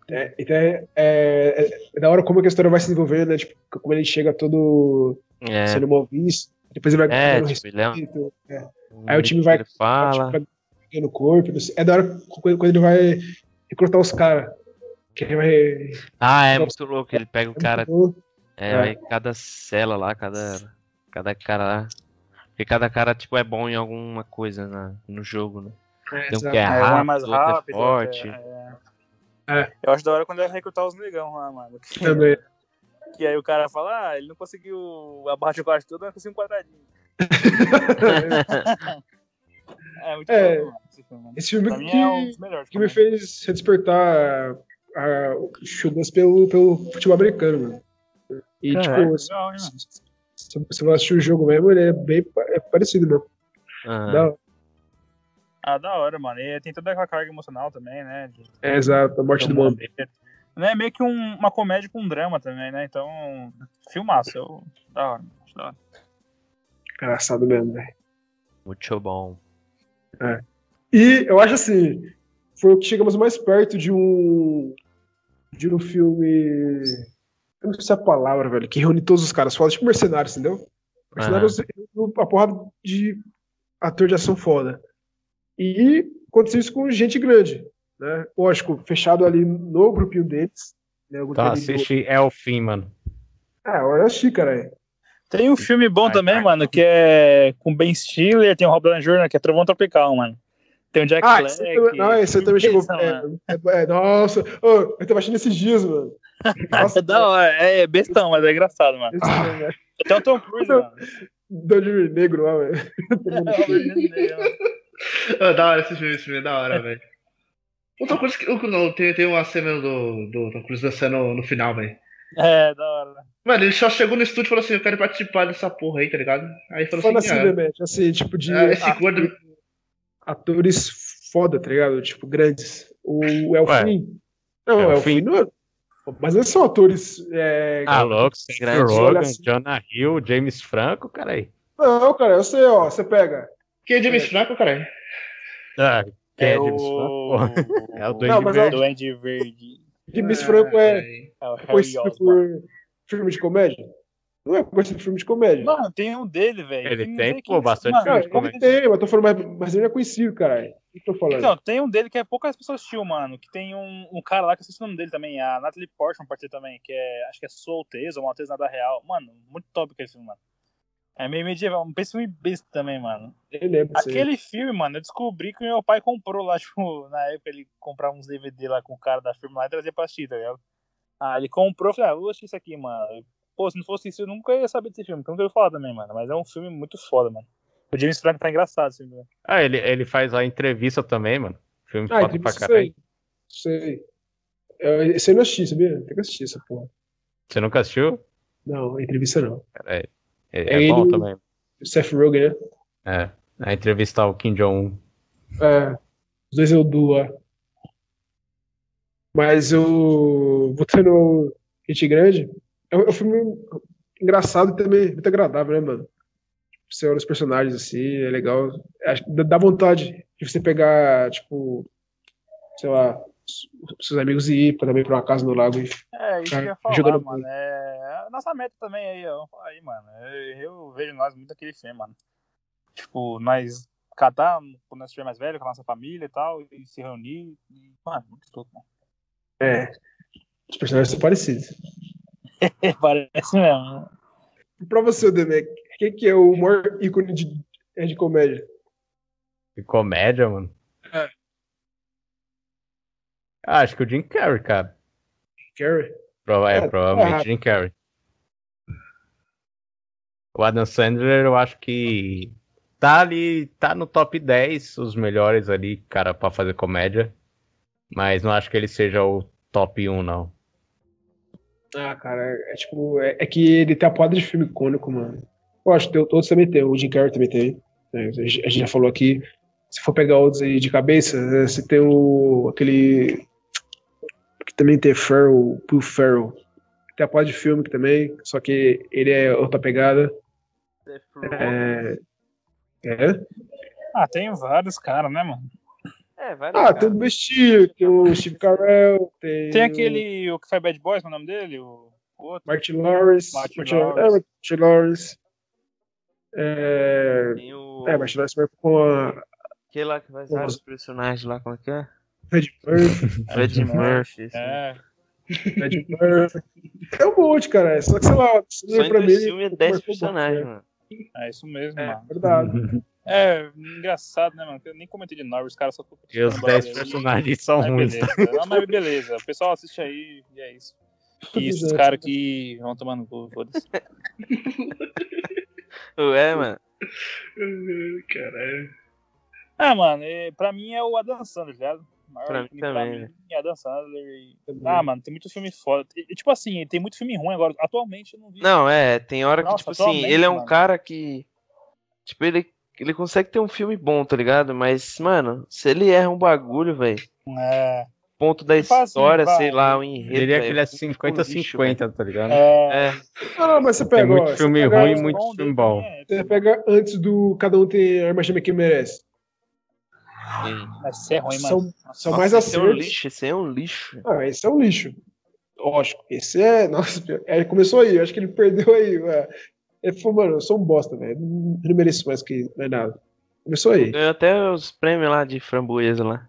Speaker 1: É, então é, é- é- é da hora como que a história vai se desenvolvendo, né? Tipo, como ele chega todo
Speaker 3: É,
Speaker 1: sendo mal visto, depois ele vai
Speaker 3: é
Speaker 1: ganhando
Speaker 3: tipo, ele é um-
Speaker 1: respeito,
Speaker 3: um
Speaker 1: Aí o time vai-
Speaker 3: ele
Speaker 1: tipo,
Speaker 3: fala.
Speaker 1: vai ganhando corpo. não sei- É da hora quando, quando ele vai recrutar os caras. Que ele vai.
Speaker 3: Ah, é muito louco. Ele pega o cara.
Speaker 1: Tipo,
Speaker 3: É,
Speaker 1: É.
Speaker 3: vai cada cela lá, cada. Cada cara lá. Porque cada cara, tipo, é bom em alguma coisa na, no jogo, né? Tem um
Speaker 1: exato.
Speaker 3: que é
Speaker 2: É, um é
Speaker 3: rápido,
Speaker 2: mais
Speaker 3: outro é
Speaker 2: rápido.
Speaker 3: forte.
Speaker 2: é- é.
Speaker 1: É.
Speaker 2: Eu acho da hora quando ele vai recrutar os negão lá, mano. Que,
Speaker 1: Também.
Speaker 2: que aí o cara fala, ah, ele não conseguiu a barra de quase toda, mas conseguiu um quadradinho. É muito
Speaker 1: É.
Speaker 2: louco, mano, esse filme, mano.
Speaker 1: Esse filme
Speaker 2: Pra mim é um
Speaker 1: que,
Speaker 2: dos melhores.
Speaker 1: que me
Speaker 2: também.
Speaker 1: fez despertar a, o Chugas pelo, pelo futebol americano, mano. E,
Speaker 3: Caralho,
Speaker 1: tipo, se,
Speaker 2: Legal, né, mano?
Speaker 1: se, se você vai assistir o jogo mesmo, ele é bem pa- é parecido, mano.
Speaker 3: Aham.
Speaker 1: Da hora.
Speaker 2: Ah, da hora, mano. E tem toda aquela carga emocional também, né? de-
Speaker 1: É, exato, a morte do
Speaker 2: Então,
Speaker 1: mundo.
Speaker 2: Né, meio que um- uma comédia com um drama também, né? Então, filmaço. Eu, da hora, acho da hora.
Speaker 1: Engraçado mesmo, né? velho.
Speaker 3: Muito bom.
Speaker 1: E eu acho assim, foi o que chegamos mais perto de um de um filme. Eu não sei é a palavra, velho, que reúne todos os caras foda, tipo mercenários, entendeu? Mercenários reuniu a porrada de ator de ação foda. E aconteceu isso com gente grande, né? Lógico, fechado ali no grupinho deles. Né? O grupinho
Speaker 4: Tá,
Speaker 1: ali do-
Speaker 4: assiste É o Fim, mano.
Speaker 1: Ah, eu achei, cara.
Speaker 2: Tem um filme bom
Speaker 4: Ai,
Speaker 2: também,
Speaker 4: ai.
Speaker 2: mano, que é com Ben Stiller, tem o Rob Downey Jr., que é Trovão Tropical, mano. Tem o Jack
Speaker 1: Ah,
Speaker 2: Black.
Speaker 1: esse também, não, esse também chegou.
Speaker 2: Isso,
Speaker 1: é,
Speaker 2: mano.
Speaker 1: é- é- nossa, ô, eu tava achando esses dias, mano.
Speaker 2: É da hora, é bestão, mas é engraçado, mano.
Speaker 1: Esse filme, velho.
Speaker 2: Até o Tom Cruise,
Speaker 1: Não.
Speaker 2: mano.
Speaker 1: Dodge Negro lá, velho.
Speaker 2: É, Robert Downey Jr.,
Speaker 1: né?
Speaker 2: mano.
Speaker 5: Ah, da hora esse filme, esse filme é da hora, velho. O Tom Cruise, que- o- não, tem, tem uma cena do, do Tom Cruise dançando no, no final, velho.
Speaker 2: É, da hora.
Speaker 5: Mano, ele só chegou no estúdio e falou assim, eu quero participar dessa porra aí, tá ligado? Aí falou
Speaker 1: Fala
Speaker 5: assim,
Speaker 1: assim, né, Matt? Assim, tipo de
Speaker 5: ah, esse
Speaker 1: a-
Speaker 5: gordo...
Speaker 1: atores foda, tá ligado? Tipo, grandes. O Elfin. Não, o
Speaker 4: Elfin.
Speaker 1: Elfin não é- Mas não são atores. é,
Speaker 4: Ah, louco, Seth
Speaker 3: Grande.
Speaker 1: Olha
Speaker 4: Rogen,
Speaker 1: assim.
Speaker 4: Jonah Hill, James Franco, cara aí.
Speaker 1: Não, cara, eu sei, ó. Você pega.
Speaker 5: Que é James Franco, caralho?
Speaker 4: Ah, que é,
Speaker 2: o-
Speaker 4: James Franco? É o
Speaker 1: Não,
Speaker 4: Duende
Speaker 1: mas é-
Speaker 4: Verde.
Speaker 2: Duende Verde.
Speaker 1: James Franco é
Speaker 2: É o Harry
Speaker 1: conhecido
Speaker 2: Osborn.
Speaker 1: por filme de comédia. Não é conhecido por filme de comédia.
Speaker 2: Mano, tem um dele, velho.
Speaker 4: Ele
Speaker 2: um
Speaker 4: tem,
Speaker 2: dele é que-
Speaker 4: pô, bastante
Speaker 2: Mano,
Speaker 1: Cara,
Speaker 4: filme de
Speaker 1: ele tem, mas tô falando, mas, mas ele não é conhecido, caralho. O que eu tô falando?
Speaker 2: Então, tem um dele que é poucas pessoas tinham, mano. Que tem um, um cara lá que eu esqueci o nome dele também. A Natalie Portman partiu também, que é. Acho que é Solteza ou Malteza Nada Real. Mano, muito top aquele filme, mano. É meio medieval, um filme besta também, mano.
Speaker 1: Eu lembro. disso aí.
Speaker 2: Aquele filme, mano, eu descobri que o meu pai comprou lá, tipo, na época ele comprava uns DVD lá com o cara da firma lá e trazia pra assistir, tá ligado? Ah, ele comprou, eu falei, ah, vou assistir isso aqui, mano. Pô, se não fosse isso, eu nunca ia saber desse filme, então eu falar também, mano. Mas é um filme muito foda, mano. O James Franco tá engraçado, assim, né?
Speaker 4: Ah, ele, ele faz a entrevista também, mano. Filme
Speaker 1: Ah,
Speaker 4: foda pra
Speaker 1: entrevista
Speaker 4: caralho.
Speaker 1: sei. Sei. Eu, esse eu não assisti, sabia? Tem que assistir essa porra.
Speaker 4: Você nunca assistiu?
Speaker 1: Não, entrevista não.
Speaker 4: É, é
Speaker 1: Ele-
Speaker 4: bom também.
Speaker 1: Seth Rogen, né?
Speaker 4: É. A entrevista ao Kim Jong-un.
Speaker 1: É, os dois eu duo lá. Mas eu. Voltando ao Hit Grande, é um, é um filme engraçado e também muito agradável, né, mano? Você olha os personagens assim, é legal. Acho que dá- dá vontade de você pegar, tipo, sei lá, os- os seus amigos e ir pra, também pra uma casa no lago. E...
Speaker 2: É, isso
Speaker 1: Cara,
Speaker 2: que eu ia falar,
Speaker 1: jogando
Speaker 2: mano. É a nossa meta também aí, ó. Aí, mano. Eu, eu vejo nós muito aquele filme, mano. Tipo, nós catar quando nós estiver mais velho, com a nossa família e tal, e se reunir. E, mano, muito louco, mano.
Speaker 1: É. Os personagens são parecidos.
Speaker 2: Parece mesmo. né?
Speaker 1: E pra você, Demek, quem que é o maior ícone de, é de comédia?
Speaker 4: Que comédia, mano.
Speaker 1: É.
Speaker 4: Ah, acho que o Jim Carrey, cara.
Speaker 1: Carrie?
Speaker 4: Prova-
Speaker 1: É,
Speaker 4: é, provavelmente
Speaker 1: errado.
Speaker 4: Jim Carrey. O Adam Sandler, eu acho que tá ali, tá no top 10 os melhores ali, cara, pra fazer comédia. Mas não acho que ele seja o top 1, não.
Speaker 1: Ah, cara, é tipo, é, é que ele tem a poda de filme icônico, mano. Eu acho que tem- todos também tem, o Jim Carrey também tem. né? A gente a gente já falou aqui. Se for pegar outros aí de cabeça, né, você tem o aquele. Que também tem Ferrell, o Will Ferrell. Tem a poda de filme que também, só que ele é outra pegada. É. é?
Speaker 2: Ah, tem vários caras, né, mano?
Speaker 3: É, vai lá.
Speaker 1: Ah, tem o Bestia, tem o Steve Carell, tem.
Speaker 2: Tem aquele, o que foi Bad Boys, qual é o nome dele? O, o outro.
Speaker 1: o Martin Lawrence.
Speaker 2: Martin
Speaker 1: é,
Speaker 2: Lawrence.
Speaker 1: Martin Lawrence. É.
Speaker 3: Tem o.
Speaker 1: É, Martin Lawrence Murphy com a
Speaker 3: Que lá que faz vários personagens lá, como é que é?
Speaker 1: Red Murphy,
Speaker 3: Fred Murphy. assim. esse
Speaker 2: É,
Speaker 1: Red Murphy. É um monte, cara. Só que, sei lá, esse
Speaker 3: Só
Speaker 1: filme
Speaker 3: em
Speaker 1: pra
Speaker 3: dois
Speaker 1: mim.
Speaker 3: filmes é 10
Speaker 1: marcou
Speaker 3: personagens,
Speaker 1: bastante.
Speaker 3: mano.
Speaker 2: é isso mesmo,
Speaker 1: É
Speaker 2: mano.
Speaker 4: Uhum.
Speaker 1: verdade.
Speaker 2: É, engraçado, né, mano? Eu nem comentei de Norris, os caras só ficam
Speaker 4: E os
Speaker 2: criticando
Speaker 4: 10
Speaker 2: aí.
Speaker 4: personagens são
Speaker 2: Mas
Speaker 4: ruins. tá?
Speaker 2: beleza, Não, mas beleza. O pessoal assiste aí e é isso. E esses caras que vão tomando gol, foda-se.
Speaker 3: Ué, é, mano.
Speaker 5: Ai, Caralho.
Speaker 2: Ah, mano, eh, pra mim é o Adam Sandler, tá ligado? O maior
Speaker 3: Pra mim
Speaker 2: ícone
Speaker 3: também, né?
Speaker 2: é Adam Sandler. e- Ah, mano, tem muito filme foda. E- e, tipo assim, tem muito filme ruim agora. Atualmente eu não vi.
Speaker 3: Não, é, tem hora que,
Speaker 2: Nossa,
Speaker 3: tipo assim,
Speaker 2: atualmente,
Speaker 3: ele é um
Speaker 2: mano.
Speaker 3: cara que. Tipo, ele, ele consegue ter um filme bom, tá ligado? Mas, mano, se ele erra um bagulho, velho.
Speaker 2: É,
Speaker 3: Ponto da
Speaker 2: Tipo assim,
Speaker 3: história,
Speaker 2: vai,
Speaker 3: sei lá, o enredo.
Speaker 4: Diria que
Speaker 3: velho,
Speaker 4: ele é
Speaker 3: fica um
Speaker 4: 50-50, tá ligado?
Speaker 2: é,
Speaker 3: É,
Speaker 1: Ah, mas você
Speaker 4: Tem
Speaker 1: pega, ó,
Speaker 4: muito
Speaker 1: você
Speaker 4: filme
Speaker 1: pega-
Speaker 4: ruim e
Speaker 2: os
Speaker 4: muito
Speaker 2: bons
Speaker 4: filme
Speaker 2: dele
Speaker 4: bom.
Speaker 2: também é,
Speaker 1: Você pega antes do Cada Um Tem a Irmã Gêmea que Merece.
Speaker 3: sim.
Speaker 2: Mas isso é ruim, mano.
Speaker 1: São, são
Speaker 3: Nossa,
Speaker 1: mais
Speaker 3: esse é um
Speaker 1: acertos.
Speaker 3: lixo, esse é um lixo.
Speaker 1: Ah, esse é um lixo. Lógico. Esse é. Nossa, é, começou aí. Eu acho que ele perdeu aí. Mano. Ele falou, mano, eu sou um bosta, velho. Eu Não mereço mais que mais nada. Começou aí.
Speaker 3: Ganhou até os prêmios lá de framboesa lá.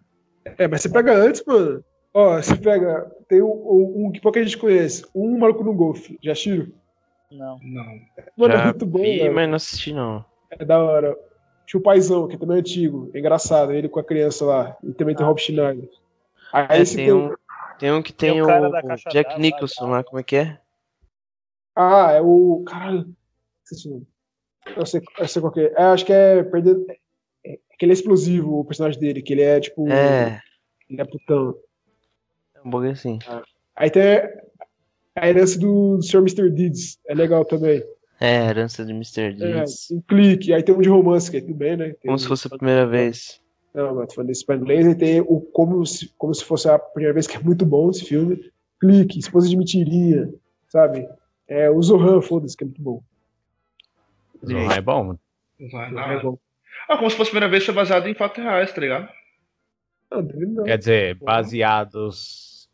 Speaker 1: É, mas você pega antes, mano. Ó, você pega. Tem um, um, um que pouca gente conhece. Um maluco no golfe. Já tiro.
Speaker 2: Não.
Speaker 5: Não.
Speaker 1: Mano,
Speaker 3: Já
Speaker 1: é muito bom,
Speaker 3: vi,
Speaker 1: velho.
Speaker 3: mas não assisti não.
Speaker 1: É da hora. Tinha o paizão, que também é antigo. É engraçado. Ele com a criança lá. E também tem o Rob Schneider. Aí
Speaker 3: É,
Speaker 1: você
Speaker 3: tem,
Speaker 1: tem-
Speaker 3: um, tem um que tem,
Speaker 2: Tem o
Speaker 3: o,
Speaker 2: cara da caixa
Speaker 3: Jack
Speaker 2: d'água,
Speaker 3: Nicholson lá, como é que é?
Speaker 1: Ah, é o. Caralho. esqueci o nome. Eu sei, eu sei qual que é. é. Acho que é perder. é que ele é explosivo, o personagem dele, que ele é tipo.
Speaker 3: É,
Speaker 1: Ele é putão.
Speaker 3: um bagulho assim.
Speaker 1: Aí tem a herança do, Sr. Mr. Deeds. É legal também.
Speaker 3: É, Herança de Mr.
Speaker 1: É,
Speaker 3: Deeds.
Speaker 1: um clique. Aí tem um de romance, que é tudo bem, né? Tem
Speaker 3: Como
Speaker 1: um-
Speaker 3: se fosse a primeira vez.
Speaker 1: Não, mas tô falando desse pra inglês. E tem o como se, como se fosse a primeira vez, que é muito bom esse filme. Clique, Esposa de Mentirinha, sabe? É, o Zohan, foda-se, que é muito bom.
Speaker 4: Não é bom, mano.
Speaker 5: Vai
Speaker 1: Zohan é
Speaker 5: lá.
Speaker 1: bom.
Speaker 5: Ah, como se fosse a primeira vez, foi baseado em fatos reais, tá ligado?
Speaker 1: Não, não,
Speaker 3: É
Speaker 1: não.
Speaker 4: Quer dizer, baseados.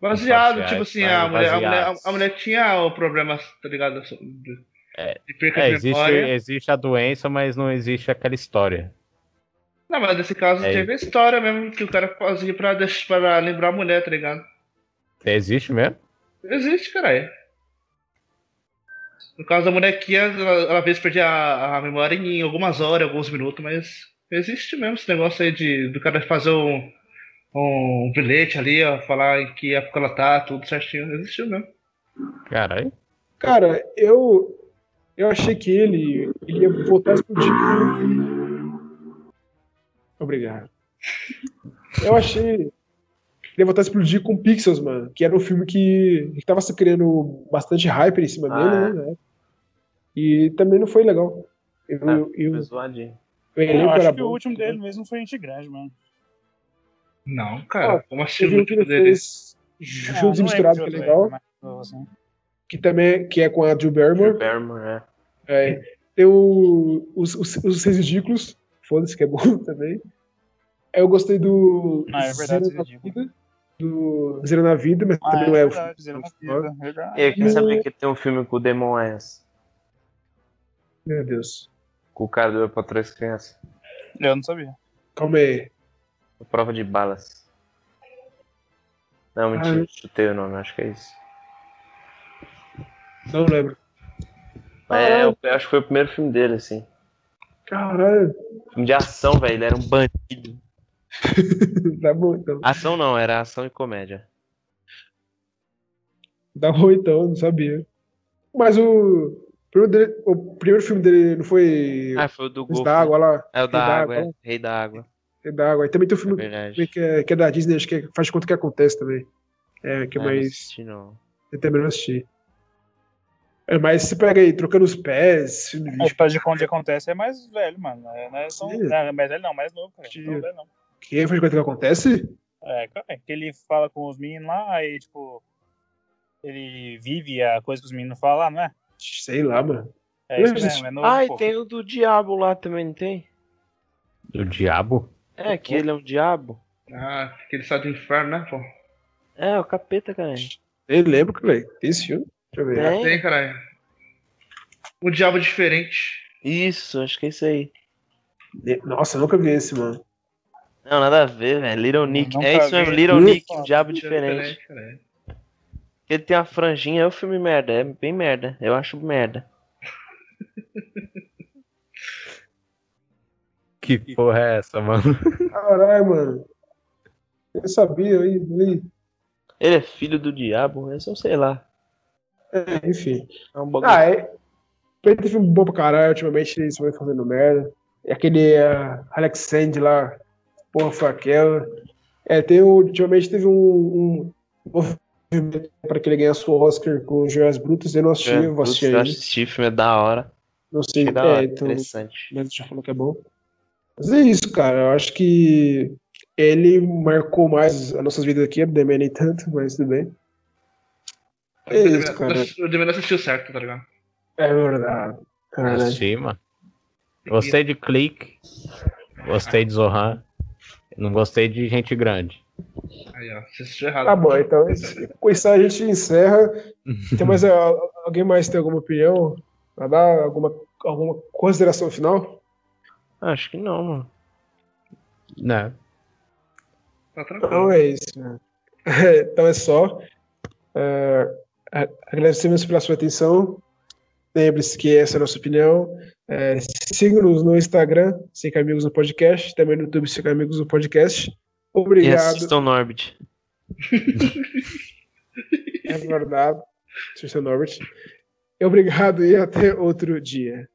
Speaker 5: Baseado,
Speaker 4: Fatos reais,
Speaker 5: tipo
Speaker 4: tá
Speaker 5: assim, a
Speaker 4: baseados.
Speaker 5: mulher, a, mulher, a- a mulher tinha o problema, tá ligado? De,
Speaker 4: É.
Speaker 5: de perca
Speaker 4: É,
Speaker 5: de
Speaker 4: existe,
Speaker 5: memória.
Speaker 4: existe a doença, mas não existe aquela história.
Speaker 5: Não, mas nesse caso
Speaker 4: É.
Speaker 5: teve a história mesmo que o cara fazia pra, deixar, pra lembrar a mulher, tá ligado?
Speaker 4: Existe mesmo?
Speaker 5: Existe, caralho. No caso da bonequinha, ela, às vezes perde a, a memória em algumas horas, alguns minutos, mas existe mesmo esse negócio aí de do cara fazer um, um bilhete ali, ó, falar em que época ela tá, tudo certinho. Existiu mesmo.
Speaker 4: Caralho.
Speaker 1: Cara, eu. Eu achei que ele, ele ia botar explodir. Obrigado. Eu achei. Ele ia botar explodir com Pixels, mano. Que era um filme que, que tava se criando bastante hype em cima
Speaker 3: Ah,
Speaker 1: dele,
Speaker 2: é.
Speaker 1: né? E também não foi legal. Eu,
Speaker 3: Ah,
Speaker 1: eu, eu,
Speaker 3: Foi zoadinho.
Speaker 1: eu
Speaker 2: Eu
Speaker 1: elenco era
Speaker 2: acho que o
Speaker 1: bom.
Speaker 2: último dele mesmo foi gente grande, mano.
Speaker 5: Não,
Speaker 1: cara,
Speaker 5: cara, como assim
Speaker 1: Teve um que ele fez
Speaker 2: É,
Speaker 1: Juntos e Misturados, que é legal.
Speaker 2: assim.
Speaker 1: Que também que é com a Jill Barrymore.
Speaker 3: Drew Barrymore, é.
Speaker 1: É, tem o- os, os, os Seis Ridículos, foda-se, que é bom também. Aí Eu gostei do
Speaker 2: Ah, é verdade,
Speaker 1: Zero na
Speaker 2: Seis Ridículos.
Speaker 1: Vida, do Zero na Vida, mas
Speaker 2: Ah,
Speaker 1: também
Speaker 2: é
Speaker 1: não é o
Speaker 2: verdade,
Speaker 1: filme
Speaker 2: Zero na
Speaker 1: principal.
Speaker 2: Vida, é verdade.
Speaker 3: E aí, quem sabia que tem um filme com o Demon Eyes?
Speaker 1: Meu Deus,
Speaker 3: Com o cara do Eu pra Três Crianças.
Speaker 2: Eu não sabia.
Speaker 1: calma aí.
Speaker 3: A Prova de balas. Não, mentira, chutei o nome, acho que é isso.
Speaker 1: Não lembro.
Speaker 3: Mas é, eu acho que foi o primeiro filme dele, assim.
Speaker 1: Caralho,
Speaker 3: Filme de ação, velho. Ele era um bandido.
Speaker 1: dá bom então.
Speaker 3: Ação não, era ação e comédia.
Speaker 1: Dá bom então, não sabia. Mas o primeiro, dele- o primeiro filme dele não foi
Speaker 3: Ah, foi o do
Speaker 1: Filhos
Speaker 3: Golfo.
Speaker 1: da Água lá?
Speaker 3: É o
Speaker 1: Filhos
Speaker 3: da
Speaker 1: da Água.
Speaker 3: água, é. Rei da água.
Speaker 1: É da Água. E também tem um
Speaker 3: É
Speaker 1: filme
Speaker 3: verdade.
Speaker 1: que é, que é da Disney, acho que é, faz de conta que acontece também. É, que é
Speaker 3: Ah, não
Speaker 1: mais.
Speaker 3: assisti, não.
Speaker 1: Eu também não assisti. É, mas se pega aí, trocando os pés, filme de
Speaker 2: Os
Speaker 1: vídeo,
Speaker 2: pais de onde acontece é mais velho, mano. É, né, são,
Speaker 1: Sim.
Speaker 2: não, mais velho não, mais novo, cara. Não, é velho, não.
Speaker 1: que faz coisa que acontece?
Speaker 2: É, cara, é que ele fala com os meninos lá, aí, tipo, ele vive a coisa que os meninos falam lá, não é?
Speaker 1: Sei lá, mano.
Speaker 2: É isso mesmo, é novo.
Speaker 3: Ah, e
Speaker 2: pô.
Speaker 3: tem o do diabo lá também, não tem?
Speaker 4: Do diabo?
Speaker 3: É, que ele é um diabo.
Speaker 5: Ah, aquele estado do inferno, né, pô?
Speaker 3: É, o capeta, cara.
Speaker 1: Eu lembro que velho, tem esse filme. Deixa eu ver.
Speaker 3: É.
Speaker 5: Tem, caralho. Um diabo diferente.
Speaker 3: Isso, acho que é isso aí.
Speaker 1: Nossa, eu nunca vi esse, mano.
Speaker 3: Não, nada a ver, velho. Little Nick.
Speaker 2: nunca
Speaker 3: É
Speaker 1: tá
Speaker 3: isso
Speaker 2: vi.
Speaker 3: mesmo, Little
Speaker 1: Ih,
Speaker 3: Nick, um diabo
Speaker 5: Um diabo
Speaker 3: diferente.
Speaker 5: caralho.
Speaker 3: Ele tem a franjinha, é o filme merda. É bem merda. Eu acho merda.
Speaker 4: Que porra é essa, mano?
Speaker 1: Caralho, mano. Eu sabia, aí, li.
Speaker 3: Ele é filho do diabo, eu só sei lá.
Speaker 1: É, enfim.
Speaker 3: É um bagulho.
Speaker 1: Ah, é. Ele tem filme bom pra caralho, ultimamente eles foram fazendo merda. E aquele ah, Alex Sand lá, porra, foi aquela. É, tem o- ultimamente teve um, um movimento pra que ele ganhasse o Oscar com Joias Brutas, eu não assisti, eu vou
Speaker 3: Putz,
Speaker 1: assistir
Speaker 3: eu
Speaker 1: ainda.
Speaker 3: assisti, filme é da hora.
Speaker 1: Não sei,
Speaker 3: É da hora,
Speaker 1: é, então,
Speaker 3: interessante.
Speaker 1: mas já falou que é bom. Mas é isso, cara. Eu acho que ele marcou mais as nossas vidas aqui, Abdeman nem tanto, mas tudo bem. É isso, cara.
Speaker 5: O Demi não assistiu certo, tá ligado?
Speaker 1: É verdade. É verdade.
Speaker 4: Assisti, mano. Gostei de clique. Gostei de Zohan. Não gostei de gente grande.
Speaker 5: Aí, ó, você assistiu errado.
Speaker 1: Tá bom, então com isso a gente encerra. Tem mais, eh, al- alguém mais tem alguma opinião? Vai dar alguma, alguma consideração final?
Speaker 3: Acho que não, mano.
Speaker 4: Né?
Speaker 5: Tá tranquilo.
Speaker 1: Então é isso. né? então é só. É, a- agradecemos pela sua atenção. Lembre-se que essa é a nossa opinião. É, Siga-nos no Instagram, Cinco Amigos no Podcast, também no YouTube, Cinco Amigos no Podcast.
Speaker 3: E
Speaker 1: Obrigado,
Speaker 3: assistam Norbit.
Speaker 1: é verdade, Sr. Norbert. Obrigado e até outro dia.